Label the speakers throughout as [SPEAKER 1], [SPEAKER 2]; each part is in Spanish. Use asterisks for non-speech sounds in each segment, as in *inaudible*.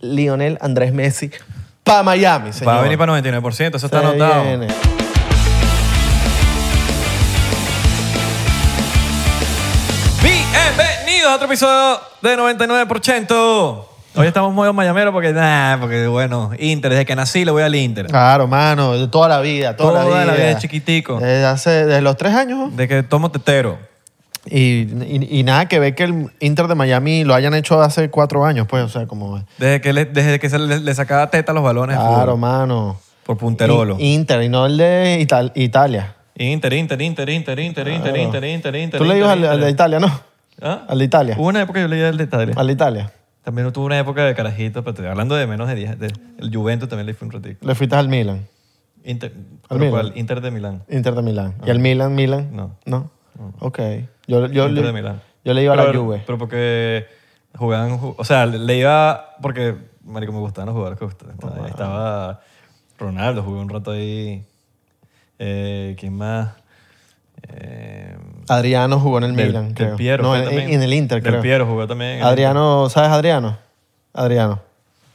[SPEAKER 1] Lionel Andrés Messi para Miami, señor.
[SPEAKER 2] Va a venir para 99%, eso está
[SPEAKER 1] Se
[SPEAKER 2] anotado.
[SPEAKER 1] viene.
[SPEAKER 2] Bienvenidos a otro episodio de 99%. Hoy estamos muy mayameros porque, nah, porque bueno, Inter, desde que nací le voy al Inter.
[SPEAKER 1] Claro, mano, de toda la vida, toda,
[SPEAKER 2] Toda
[SPEAKER 1] la
[SPEAKER 2] la
[SPEAKER 1] vida.
[SPEAKER 2] vida, chiquitico.
[SPEAKER 1] Desde, hace, desde los tres años. ¿no?
[SPEAKER 2] De que tomo tetero.
[SPEAKER 1] Y, y- y nada que ver que el Inter de Miami lo hayan hecho hace cuatro años, pues, o sea, como...
[SPEAKER 2] Desde que le, desde que se le, le sacaba teta a los balones. de
[SPEAKER 1] Claro,
[SPEAKER 2] fútbol.
[SPEAKER 1] mano.
[SPEAKER 2] Por punterolo.
[SPEAKER 1] I- Inter, Ah. y no el de Ital- Italia.
[SPEAKER 2] Inter, Inter, Inter, Inter, Inter, Inter,
[SPEAKER 1] Claro.
[SPEAKER 2] Inter, Inter, Inter.
[SPEAKER 1] Tú le
[SPEAKER 2] Inter,
[SPEAKER 1] ibas al,
[SPEAKER 2] Inter.
[SPEAKER 1] al de Italia, ¿no?
[SPEAKER 2] ¿Ah?
[SPEAKER 1] Al de Italia. Ah.
[SPEAKER 2] Hubo una época que yo leía el de Italia.
[SPEAKER 1] Al de Italia.
[SPEAKER 2] También tuve una época de carajito, pero estoy hablando de menos de 10. de- el Juventus también le fue un ratito.
[SPEAKER 1] Le fuiste al Milan.
[SPEAKER 2] Inter,
[SPEAKER 1] ¿Al
[SPEAKER 2] ¿pero
[SPEAKER 1] Milan?
[SPEAKER 2] cuál? Inter de Milán.
[SPEAKER 1] Inter de Milán. ¿Y al Milan, Milan?
[SPEAKER 2] No.
[SPEAKER 1] ¿No? Ok. Yo, yo,
[SPEAKER 2] Inter
[SPEAKER 1] le-
[SPEAKER 2] de Milán.
[SPEAKER 1] yo le iba a la
[SPEAKER 2] Pero-
[SPEAKER 1] Juve.
[SPEAKER 2] Pero porque jugaban, ju- o sea, le iba porque, marico, me gustaban los jugadores que gustaban.
[SPEAKER 1] Oh,
[SPEAKER 2] Estaba, estaba Ronaldo, jugué un rato ahí. Eh, ¿Quién más? Eh,
[SPEAKER 1] Adriano jugó en el
[SPEAKER 2] Del-
[SPEAKER 1] Milan,
[SPEAKER 2] Del
[SPEAKER 1] creo.
[SPEAKER 2] Piero
[SPEAKER 1] no,
[SPEAKER 2] fue
[SPEAKER 1] en,
[SPEAKER 2] también.
[SPEAKER 1] en el Inter,
[SPEAKER 2] Del
[SPEAKER 1] creo. Ah.
[SPEAKER 2] Piero jugó también.
[SPEAKER 1] Adriano, ¿sabes Adriano? Adriano.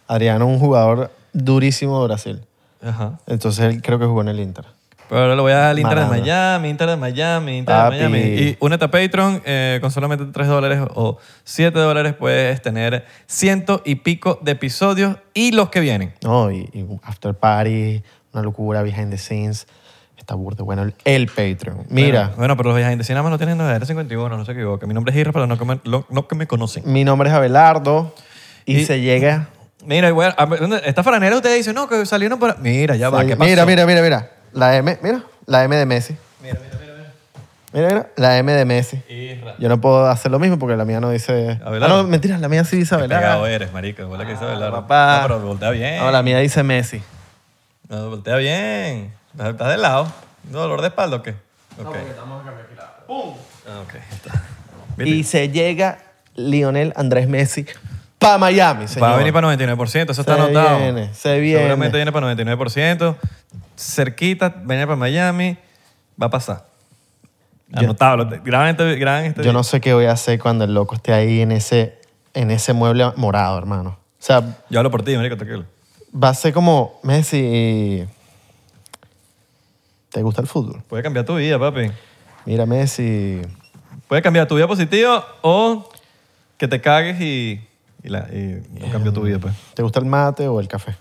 [SPEAKER 1] Adriano es un jugador durísimo de Brasil.
[SPEAKER 2] Ajá.
[SPEAKER 1] Entonces él creo que jugó en el Inter.
[SPEAKER 2] Pero ahora lo voy a dar al Inter de
[SPEAKER 1] Malandro.
[SPEAKER 2] Miami, Inter de Miami, Inter
[SPEAKER 1] Papi.
[SPEAKER 2] de Miami. Y únete a Patreon, eh, con solamente 3 dólares o 7 dólares puedes tener ciento y pico de episodios y los que vienen.
[SPEAKER 1] No, y, y After Party, una locura, behind the scenes. Está burda, bueno, el, el Patreon. Mira,
[SPEAKER 2] Bueno, bueno, pero los viajantes nada más no tienen 951, no se equivoquen. Mi nombre es Irra, para los que me, lo- los que me conocen.
[SPEAKER 1] mi nombre es Abelardo y,
[SPEAKER 2] Y-
[SPEAKER 1] se llega...
[SPEAKER 2] Mira, güey, a ver, ¿dónde- esta franera usted dice, no, que salieron para... Mira, ya va,
[SPEAKER 1] se-
[SPEAKER 2] ¿qué pasó?
[SPEAKER 1] mira, mira, mira, mira. La M, mira, la M de Messi.
[SPEAKER 2] Mira, mira, mira,
[SPEAKER 1] Mira, mira, la M de Messi.
[SPEAKER 2] mira. Irra.
[SPEAKER 1] Yo no puedo hacer lo mismo porque la mía no dice...
[SPEAKER 2] Abelardo.
[SPEAKER 1] Ah, no, mentiras, la mía sí dice Abelardo.
[SPEAKER 2] Pegado eres, marico. Hola, que dice Abelardo.
[SPEAKER 1] Ah, papá.
[SPEAKER 2] No, pero voltea bien.
[SPEAKER 1] No, la mía dice Messi.
[SPEAKER 2] No, voltea bien. ¿Estás de lado? ¿Dolor de espalda o qué? No, porque estamos a cambiar ¡Pum! Ah, ok. Está.
[SPEAKER 1] Y se llega Lionel Andrés Messi para Miami, señor.
[SPEAKER 2] Va a venir para 99%, eso está
[SPEAKER 1] Se
[SPEAKER 2] anotado.
[SPEAKER 1] viene, se viene.
[SPEAKER 2] Seguramente viene para 99%. Cerquita, viene para Miami, va a pasar. Anotado. lo- Graben este, graben este
[SPEAKER 1] Yo no sé qué voy a hacer cuando el loco esté ahí en ese, en ese mueble morado, hermano. O sea,
[SPEAKER 2] Yo hablo por ti, marico, tranquilo.
[SPEAKER 1] va a ser como Messi. ¿Te gusta el fútbol?
[SPEAKER 2] Puede cambiar tu vida, papi.
[SPEAKER 1] Mira, Messi.
[SPEAKER 2] Puede cambiar tu vida positiva o que te cagues y, y, la- y no cambió tu vida, pues.
[SPEAKER 1] ¿Te gusta el mate o el café?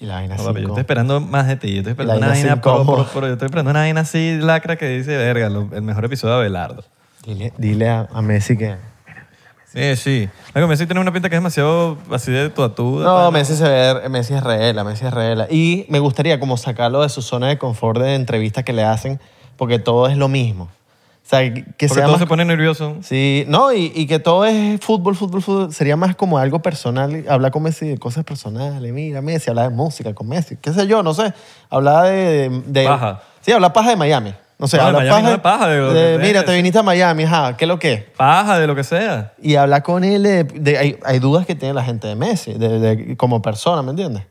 [SPEAKER 1] Y la vaina
[SPEAKER 2] No,
[SPEAKER 1] así.
[SPEAKER 2] papi, yo
[SPEAKER 1] como-
[SPEAKER 2] estoy esperando más de ti. Yo estoy esperando
[SPEAKER 1] La
[SPEAKER 2] una
[SPEAKER 1] vaina
[SPEAKER 2] vaina,
[SPEAKER 1] sin
[SPEAKER 2] pro,
[SPEAKER 1] combo.
[SPEAKER 2] pro, pro. Yo estoy esperando una vaina así lacra que dice, verga, lo- el mejor episodio de Abelardo.
[SPEAKER 1] Dile, dile a, a Messi que.
[SPEAKER 2] Sí, sí. Algo Messi tiene una pinta que es demasiado así de tu
[SPEAKER 1] No, Messi se ve, Messi es reela, Messi es reela. Y me gustaría como sacarlo de su zona de confort de entrevistas que le hacen, porque todo es lo mismo. O sea, que, que
[SPEAKER 2] Porque
[SPEAKER 1] sea
[SPEAKER 2] todo
[SPEAKER 1] más...
[SPEAKER 2] se pone nervioso.
[SPEAKER 1] Sí, no, y, y que todo es fútbol, fútbol, fútbol. Sería más como algo personal, hablar con Messi de cosas personales. Mira, Messi, hablar de música con Messi, qué sé yo, no sé. Hablar de... de-
[SPEAKER 2] Paja.
[SPEAKER 1] Sí, hablar paja de Miami. No sé,
[SPEAKER 2] No, de
[SPEAKER 1] hablar
[SPEAKER 2] Miami no de paja, de lo que sea.
[SPEAKER 1] mira, te viniste a Miami, ajá, ¿qué es lo que es?
[SPEAKER 2] Paja, de lo que sea.
[SPEAKER 1] y hablar con él de, de- hay, hay dudas que tiene la gente de Messi de- de- como persona ¿me entiendes?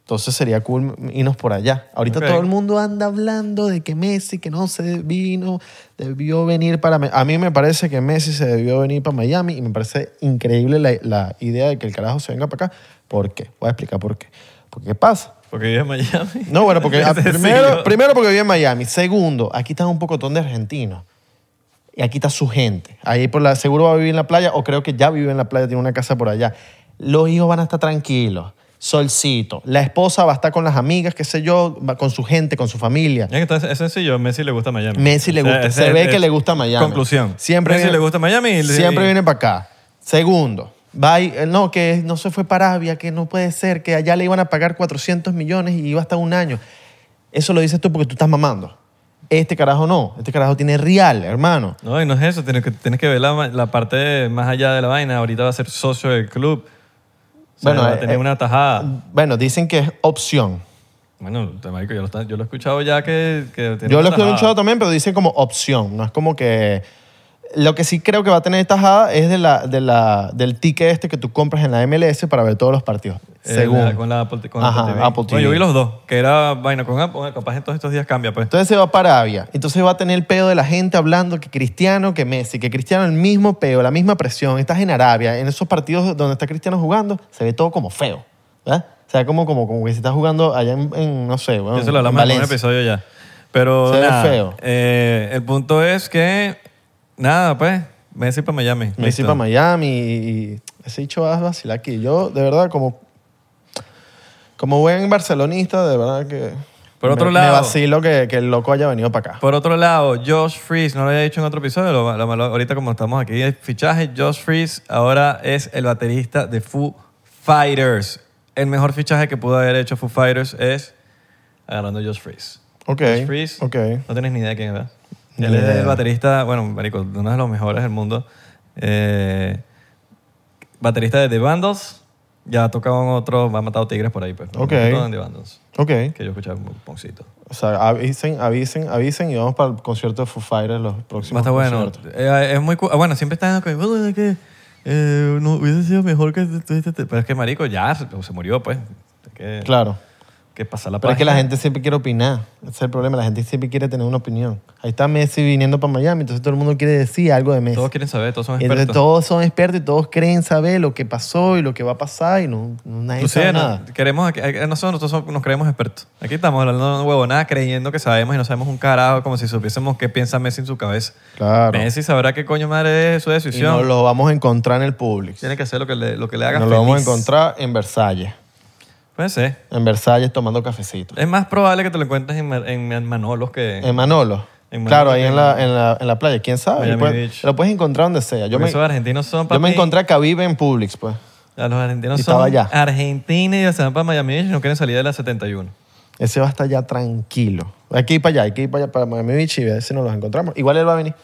[SPEAKER 1] entonces sería cool irnos por allá ahorita
[SPEAKER 2] Ok.
[SPEAKER 1] todo el mundo anda hablando de que Messi que no se vino debió venir para Mi- a mí me parece que Messi se debió venir para Miami y me parece increíble la, la idea de que el carajo se venga para acá ¿por qué? voy a explicar por qué porque ¿qué pasa?
[SPEAKER 2] Porque vive en Miami. *laughs*
[SPEAKER 1] No, bueno, porque ah,
[SPEAKER 2] Es sencillo.
[SPEAKER 1] primero, primero porque vive en Miami. Segundo, aquí está un pocotón de argentinos. Y aquí está su gente. Ahí por la, seguro va a vivir en la playa o creo que ya vive en la playa, tiene una casa por allá. Los hijos van a estar tranquilos, solcito. La esposa va a estar con las amigas, qué sé yo, va con su gente, con su familia.
[SPEAKER 2] Ya que está- Es sencillo, a Messi le gusta Miami.
[SPEAKER 1] Messi le
[SPEAKER 2] O sea,
[SPEAKER 1] gusta,
[SPEAKER 2] ese-
[SPEAKER 1] se ve
[SPEAKER 2] ese-
[SPEAKER 1] que le gusta Miami.
[SPEAKER 2] Conclusión.
[SPEAKER 1] Siempre
[SPEAKER 2] Messi
[SPEAKER 1] viene-
[SPEAKER 2] le gusta Miami y le-
[SPEAKER 1] Siempre viene para acá. Segundo, va y- eh, no, que no se fue para Arabia, que no puede ser, que allá le iban a pagar 400 millones y iba hasta un año. Eso lo dices tú porque tú estás mamando. Este carajo no. Este carajo tiene real, hermano.
[SPEAKER 2] No, y no es eso. Tienes que, tienes que ver la, la parte más allá de la vaina. Ahorita va a ser socio del club. O sea,
[SPEAKER 1] Bueno,
[SPEAKER 2] va a
[SPEAKER 1] eh,
[SPEAKER 2] tener
[SPEAKER 1] eh,
[SPEAKER 2] una tajada.
[SPEAKER 1] Bueno, dicen que es opción.
[SPEAKER 2] Bueno, te marico, yo lo, está- yo lo he escuchado ya que... que tiene
[SPEAKER 1] Yo lo
[SPEAKER 2] una
[SPEAKER 1] he escuchado
[SPEAKER 2] tajada.
[SPEAKER 1] también, pero dicen como opción. No es como que... Lo que sí creo que va a tener tajada es de la, de la, del ticket este que tú compras en la MLS para ver todos los partidos.
[SPEAKER 2] eh,
[SPEAKER 1] Según.
[SPEAKER 2] la- con la Apple, T- con
[SPEAKER 1] Ajá,
[SPEAKER 2] Apple TV.
[SPEAKER 1] Apple
[SPEAKER 2] Bueno, yo
[SPEAKER 1] TV.
[SPEAKER 2] vi los dos, que era vaina con Apple. Capaz en todos estos días cambia, pues.
[SPEAKER 1] Entonces se va para Arabia. Entonces va a tener el peo de la gente hablando que Cristiano, que Messi, que Cristiano el mismo peo, la misma presión. Estás en Arabia, en esos partidos donde está Cristiano jugando, se ve todo como feo. ¿verdad? O sea, como, como, como que si estás jugando allá en, en, no sé, bueno,
[SPEAKER 2] Eso lo
[SPEAKER 1] en
[SPEAKER 2] hablamos en un
[SPEAKER 1] Valencia.
[SPEAKER 2] episodio ya. Pero
[SPEAKER 1] Se ve
[SPEAKER 2] nada,
[SPEAKER 1] feo.
[SPEAKER 2] eh, el punto es que, nada, pues, Messi para Miami.
[SPEAKER 1] Me hice
[SPEAKER 2] Listo.
[SPEAKER 1] para Miami y, y ese dicho va a vacilar aquí. Yo, de verdad, como, como buen barcelonista, de verdad que.
[SPEAKER 2] Por otro
[SPEAKER 1] me,
[SPEAKER 2] lado-
[SPEAKER 1] Me vacilo que, que el loco haya venido para acá.
[SPEAKER 2] Por otro lado, Josh Fries, no lo había dicho en otro episodio, lo- lo- lo- ahorita como estamos aquí, el fichaje, Josh Fries ahora es el baterista de Foo Fighters. El mejor fichaje que pudo haber hecho Foo Fighters es agarrando a Josh Fries.
[SPEAKER 1] Ok.
[SPEAKER 2] Josh Freeze.
[SPEAKER 1] Ok.
[SPEAKER 2] No tienes ni idea de quién es, ¿verdad?
[SPEAKER 1] Ni
[SPEAKER 2] Él es
[SPEAKER 1] idea.
[SPEAKER 2] el baterista, bueno, marico, de uno de los mejores del mundo. Eh, baterista de The Vandals. Ya ha tocado en otros, ha matado tigres por ahí, pues. pero
[SPEAKER 1] Ok.
[SPEAKER 2] más que todo en The Vandals.
[SPEAKER 1] Ok.
[SPEAKER 2] Que yo escuchaba un poncito.
[SPEAKER 1] O sea, avisen, avisen, avisen y vamos para el concierto de Foo Fighters los
[SPEAKER 2] Más
[SPEAKER 1] próximos.
[SPEAKER 2] está bueno.
[SPEAKER 1] conciertos.
[SPEAKER 2] Eh, es muy cu- ah, Bueno, siempre están con. "Bueno, que, eh, no, hubiese sido mejor que. este, Pero es que, marico, ya se, se murió, pues. Hay que,
[SPEAKER 1] Claro.
[SPEAKER 2] que pasar la
[SPEAKER 1] Pero es que
[SPEAKER 2] página.
[SPEAKER 1] la gente siempre quiere opinar. Ese es el problema. La gente siempre quiere tener una opinión. Ahí está Messi viniendo para Miami, entonces todo el mundo quiere decir algo de Messi.
[SPEAKER 2] Todos quieren saber, todos son
[SPEAKER 1] Y
[SPEAKER 2] expertos.
[SPEAKER 1] entonces todos son expertos y todos creen saber lo que pasó y lo que va a pasar y no, no- nadie sabe
[SPEAKER 2] Inclusive no-
[SPEAKER 1] nada.
[SPEAKER 2] queremos, aquí- aquí- nosotros, nosotros somos- nos creemos expertos. Aquí estamos hablando de huevo, nada, creyendo que sabemos y no sabemos un carajo, como si supiésemos qué piensa Messi en su cabeza.
[SPEAKER 1] Claro.
[SPEAKER 2] Messi sabrá qué coño madre es su
[SPEAKER 1] Y
[SPEAKER 2] decisión.
[SPEAKER 1] nos lo vamos a encontrar en el Publix.
[SPEAKER 2] Tiene que hacer lo que le, lo que le haga
[SPEAKER 1] Nos lo vamos a
[SPEAKER 2] feliz.
[SPEAKER 1] encontrar en Versalles.
[SPEAKER 2] Puede ser.
[SPEAKER 1] En Versalles tomando cafecito.
[SPEAKER 2] Es más probable que te lo encuentres en, Ma- en, en Manolos que...
[SPEAKER 1] En Manolo.
[SPEAKER 2] En Manolo,
[SPEAKER 1] claro, ahí en
[SPEAKER 2] en-
[SPEAKER 1] la, en, la, en la playa. ¿Quién sabe?
[SPEAKER 2] Miami
[SPEAKER 1] Pues,
[SPEAKER 2] Beach.
[SPEAKER 1] Lo puedes encontrar donde sea. Yo
[SPEAKER 2] porque
[SPEAKER 1] me,
[SPEAKER 2] esos argentinos son
[SPEAKER 1] yo
[SPEAKER 2] para
[SPEAKER 1] me encontré a Caribe en Publix, pues.
[SPEAKER 2] A los argentinos
[SPEAKER 1] Y estaba
[SPEAKER 2] son
[SPEAKER 1] allá.
[SPEAKER 2] argentinos y ya se van para Miami Beach y no quieren salir de la 71.
[SPEAKER 1] Ese va a estar ya tranquilo. Hay que ir para allá, hay que ir para allá, para Miami Beach y a ver si nos los encontramos. Igual él va a venir.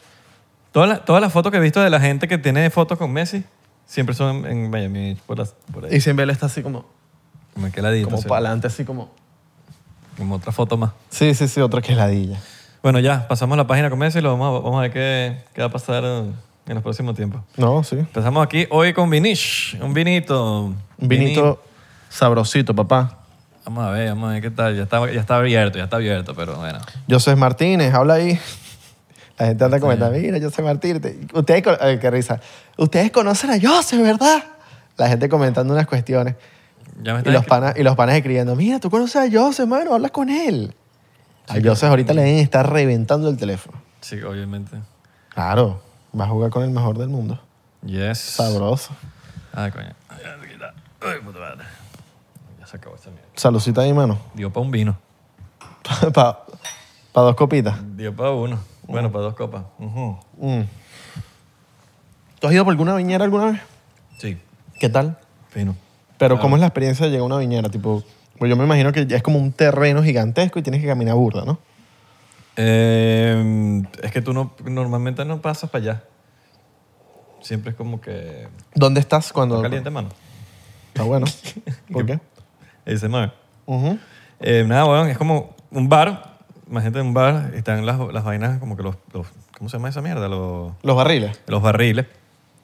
[SPEAKER 2] Todas las todas las fotos que he visto de la gente que tiene fotos con Messi siempre son en Miami Beach, por, las- por ahí.
[SPEAKER 1] Y siempre él está así como,
[SPEAKER 2] Como que ladito,
[SPEAKER 1] como
[SPEAKER 2] sí.
[SPEAKER 1] para adelante, así como.
[SPEAKER 2] Como otra foto más.
[SPEAKER 1] Sí, sí, sí, otra quesadilla.
[SPEAKER 2] Bueno, ya, pasamos la página con Messi y lo vamos a, vamos a ver qué, qué va a pasar en los próximos tiempos.
[SPEAKER 1] No, sí.
[SPEAKER 2] Empezamos aquí hoy con Vinish, un vinito.
[SPEAKER 1] Un vinito sabrosito, papá.
[SPEAKER 2] Vini- Vamos a ver, vamos a ver qué tal. Ya está, ya está abierto, ya está abierto, pero bueno.
[SPEAKER 1] José Martínez, habla ahí. La gente anda comentando, mira, José Martínez. te- Ustedes, con- ay, qué risa. Ustedes conocen a José, ¿verdad? La gente comentando unas cuestiones.
[SPEAKER 2] Ya me
[SPEAKER 1] Y
[SPEAKER 2] está
[SPEAKER 1] los, panas, y los panas escribiendo, mira, tú conoces a José, mano, habla con él. A José ahorita le deben estar reventando el teléfono.
[SPEAKER 2] Sí, obviamente.
[SPEAKER 1] Claro, va a jugar con el mejor del mundo.
[SPEAKER 2] Yes.
[SPEAKER 1] Sabroso.
[SPEAKER 2] Ah, coño. Ay, aquí está. Ay, puta madre. Ya se acabó esta mierda.
[SPEAKER 1] Salucita ahí, mano. *laughs*
[SPEAKER 2] Dio para un vino.
[SPEAKER 1] Para dos copitas.
[SPEAKER 2] Dio para uno. Bueno, para dos copas. Ujú.
[SPEAKER 1] Mm. ¿Tú has ido por alguna viñera alguna vez?
[SPEAKER 2] Sí,
[SPEAKER 1] ¿Qué tal? Ah.
[SPEAKER 2] fino.
[SPEAKER 1] Pero ¿cómo es la experiencia de llegar a una viñera? Tipo, pues yo me imagino que es como un terreno gigantesco y tienes que caminar burda, ¿no?
[SPEAKER 2] Eh, es que tú no, normalmente no pasas para allá. Siempre es como que...
[SPEAKER 1] ¿Dónde estás cuando...?
[SPEAKER 2] Está caliente, mano.
[SPEAKER 1] Está bueno. *laughs* ¿Por qué?
[SPEAKER 2] Y dice, "Mami".
[SPEAKER 1] Ujú.
[SPEAKER 2] Eh, nada, weón, es como un bar. Imagínate un bar, están las, las vainas como que los, los- ¿Cómo se llama esa mierda? Los,
[SPEAKER 1] Los barriles.
[SPEAKER 2] los barriles.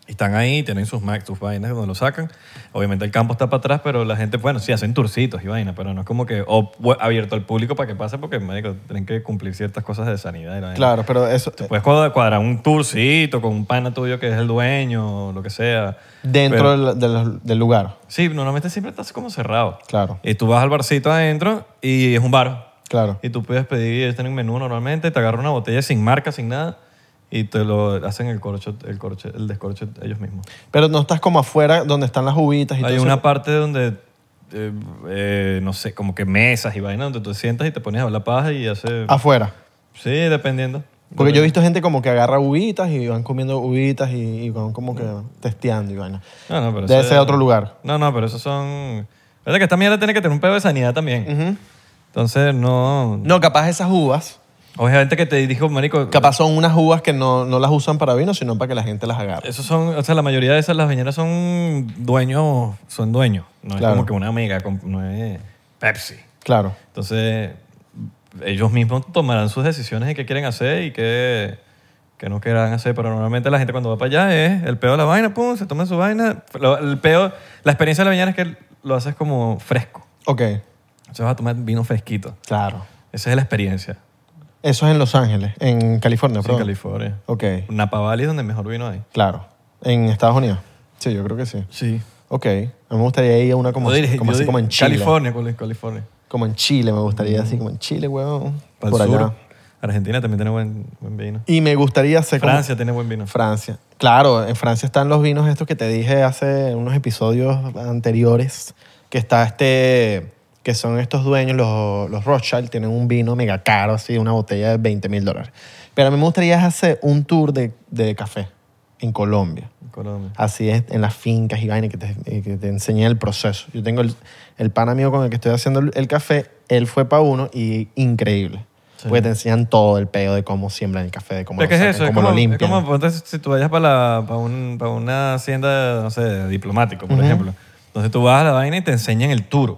[SPEAKER 2] Y Están ahí, tienen sus Mac, sus vainas donde lo sacan. Obviamente el campo está para atrás, pero la gente, bueno, sí, hacen turcitos y vainas, pero no es como que o- o abierto al público para que pase porque, marico, tienen que cumplir ciertas cosas de sanidad y la vaina.
[SPEAKER 1] Claro, pero eso...
[SPEAKER 2] Puedes cuadra- cuadrar un tourcito con un pana tuyo que es el dueño o lo que sea.
[SPEAKER 1] Dentro
[SPEAKER 2] Pero-
[SPEAKER 1] del, del- del lugar.
[SPEAKER 2] Sí, normalmente siempre estás como cerrado.
[SPEAKER 1] Claro,
[SPEAKER 2] Y tú vas al barcito adentro y es un bar.
[SPEAKER 1] claro.
[SPEAKER 2] Y tú puedes pedir, ellos tienen un menú normalmente, te agarran una botella sin marca, sin nada, y te lo hacen el corcho, el corcho, el descorcho ellos mismos.
[SPEAKER 1] Pero no estás como afuera donde están las uvitas y
[SPEAKER 2] Hay
[SPEAKER 1] todo
[SPEAKER 2] una
[SPEAKER 1] eso.
[SPEAKER 2] parte donde, eh, eh, no sé, como que mesas y vainas donde tú te sientas y te pones a hablar paja y hace...
[SPEAKER 1] Afuera.
[SPEAKER 2] Sí, dependiendo.
[SPEAKER 1] Porque yo he visto gente como que agarra uvitas y van comiendo uvitas y, y van como que testeando y vaina.
[SPEAKER 2] No, no, pero
[SPEAKER 1] Debe
[SPEAKER 2] eso-
[SPEAKER 1] ser otro lugar.
[SPEAKER 2] No, no, pero esos son... verdad que esta mierda tiene que tener un pedo de sanidad también.
[SPEAKER 1] Ujú.
[SPEAKER 2] Entonces, no...
[SPEAKER 1] No, capaz esas uvas,
[SPEAKER 2] Obviamente que te dijo, marico...
[SPEAKER 1] capaz son unas uvas que no, no las usan para vino, sino para que la gente las agarre.
[SPEAKER 2] Esos son, o sea, la mayoría de esas, las viñeras son dueños, son dueños. No
[SPEAKER 1] Claro.
[SPEAKER 2] es como que una mega, com- no es Pepsi.
[SPEAKER 1] Claro.
[SPEAKER 2] Entonces, ellos mismos tomarán sus decisiones de qué quieren hacer y qué, qué no querrán hacer. Pero normalmente la gente cuando va para allá es el peo de la vaina, pum, se toma su vaina. Lo- El peo, la experiencia de la viñera es que lo haces como fresco.
[SPEAKER 1] Ok,
[SPEAKER 2] Entonces vas a tomar vino fresquito.
[SPEAKER 1] claro.
[SPEAKER 2] Esa es la experiencia
[SPEAKER 1] Eso es en Los Ángeles, en California,
[SPEAKER 2] sí, en
[SPEAKER 1] perdón.
[SPEAKER 2] California.
[SPEAKER 1] Ok,
[SPEAKER 2] Napa Valley es donde mejor vino hay.
[SPEAKER 1] claro. En Estados Unidos. Sí, yo creo que sí.
[SPEAKER 2] Sí.
[SPEAKER 1] Ok, a mí me gustaría ir a una como, así- como, así, como en Chile.
[SPEAKER 2] California, ¿cuál es California?
[SPEAKER 1] Como en Chile, me gustaría así, como en Chile, huevón.
[SPEAKER 2] Para
[SPEAKER 1] Por
[SPEAKER 2] el sur.
[SPEAKER 1] allá.
[SPEAKER 2] Argentina también tiene buen, buen vino.
[SPEAKER 1] Y me gustaría hacer como-
[SPEAKER 2] Francia tiene buen vino.
[SPEAKER 1] Francia. Claro, en Francia están los vinos estos que te dije hace unos episodios anteriores, que está este, que son estos dueños, los, los Rothschild, tienen un vino mega caro, así, una botella de 20 mil dólares. Pero a mí me gustaría hacer un tour de, de café en Colombia.
[SPEAKER 2] Colombia.
[SPEAKER 1] Así es, en las fincas y vaina que te, y que te enseñé el proceso. Yo tengo el, el pan amigo con el que estoy haciendo el, el café, él fue para uno y increíble.
[SPEAKER 2] Sí.
[SPEAKER 1] Porque te enseñan todo el pedo de cómo siembran el café, de cómo,
[SPEAKER 2] ¿Pero
[SPEAKER 1] lo,
[SPEAKER 2] ¿Qué
[SPEAKER 1] sacan,
[SPEAKER 2] es eso? Es
[SPEAKER 1] cómo lo
[SPEAKER 2] como, es
[SPEAKER 1] limpian.
[SPEAKER 2] como ponte, si tú vayas para, la- para, un- para una hacienda, no sé, de diplomático, por ejemplo. Entonces tú vas a la vaina y te enseñan el tour.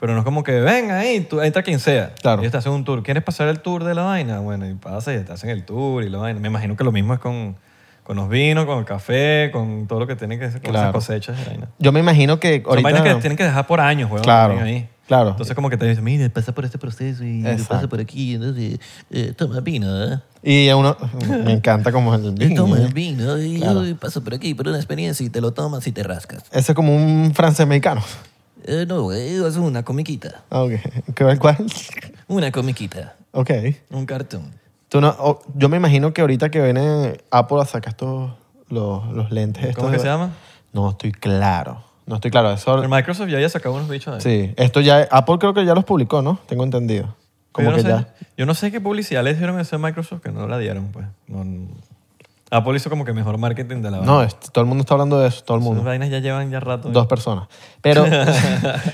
[SPEAKER 2] Pero no es como que, ven ahí, tú, entra quien sea.
[SPEAKER 1] Claro.
[SPEAKER 2] Ellos te hacen un tour. ¿Quieres pasar el tour de la vaina? Bueno, y pasas y te hacen el tour y la vaina. Me imagino que lo mismo es con, con los vinos, con el café, con todo lo que tiene que ser con
[SPEAKER 1] Claro.
[SPEAKER 2] esas cosechas. y vaina.
[SPEAKER 1] Yo me imagino que
[SPEAKER 2] Son
[SPEAKER 1] ahorita...
[SPEAKER 2] vainas que tienen que dejar por años, weón.
[SPEAKER 1] Claro,
[SPEAKER 2] también ahí.
[SPEAKER 1] claro.
[SPEAKER 2] Entonces como que te dicen, mire, pasa por este proceso y
[SPEAKER 1] Exacto.
[SPEAKER 2] pasa por aquí, entonces eh, toma vino, ¿eh?
[SPEAKER 1] Y a uno... *laughs* Me encanta como el...
[SPEAKER 3] Él Eh, toma el vino y
[SPEAKER 1] ¿eh? Claro.
[SPEAKER 3] yo paso por aquí por una experiencia y te lo tomas y te rascas.
[SPEAKER 1] Ese es como un francés mexicano.
[SPEAKER 3] Eh, no, güey, es una comiquita.
[SPEAKER 1] Ah, ok. *laughs* ¿Cuál? cuál?
[SPEAKER 3] Una comiquita.
[SPEAKER 1] Ok.
[SPEAKER 3] Un cartón.
[SPEAKER 1] Tú no- o- yo me imagino que ahorita que viene Apple a sacar estos... Los, los lentes estos
[SPEAKER 2] ¿Cómo que
[SPEAKER 1] de-
[SPEAKER 2] se llama?
[SPEAKER 1] No estoy claro. No estoy claro. Eso,
[SPEAKER 2] El Microsoft ya había sacado unos bichos ahí.
[SPEAKER 1] sí. Esto ya... Apple creo que ya los publicó, ¿no? Tengo entendido. Como
[SPEAKER 2] yo, no
[SPEAKER 1] que
[SPEAKER 2] sé,
[SPEAKER 1] ya...
[SPEAKER 2] yo no sé qué publicidad le dieron a ese Microsoft que no la dieron, pues. No, no. Apple hizo como que mejor marketing de la vaina.
[SPEAKER 1] No, es- todo el mundo está hablando de eso. Todo el
[SPEAKER 2] Esas
[SPEAKER 1] mundo.
[SPEAKER 2] vainas ya llevan ya rato.
[SPEAKER 1] Dos personas.
[SPEAKER 2] *laughs*
[SPEAKER 1] Pero...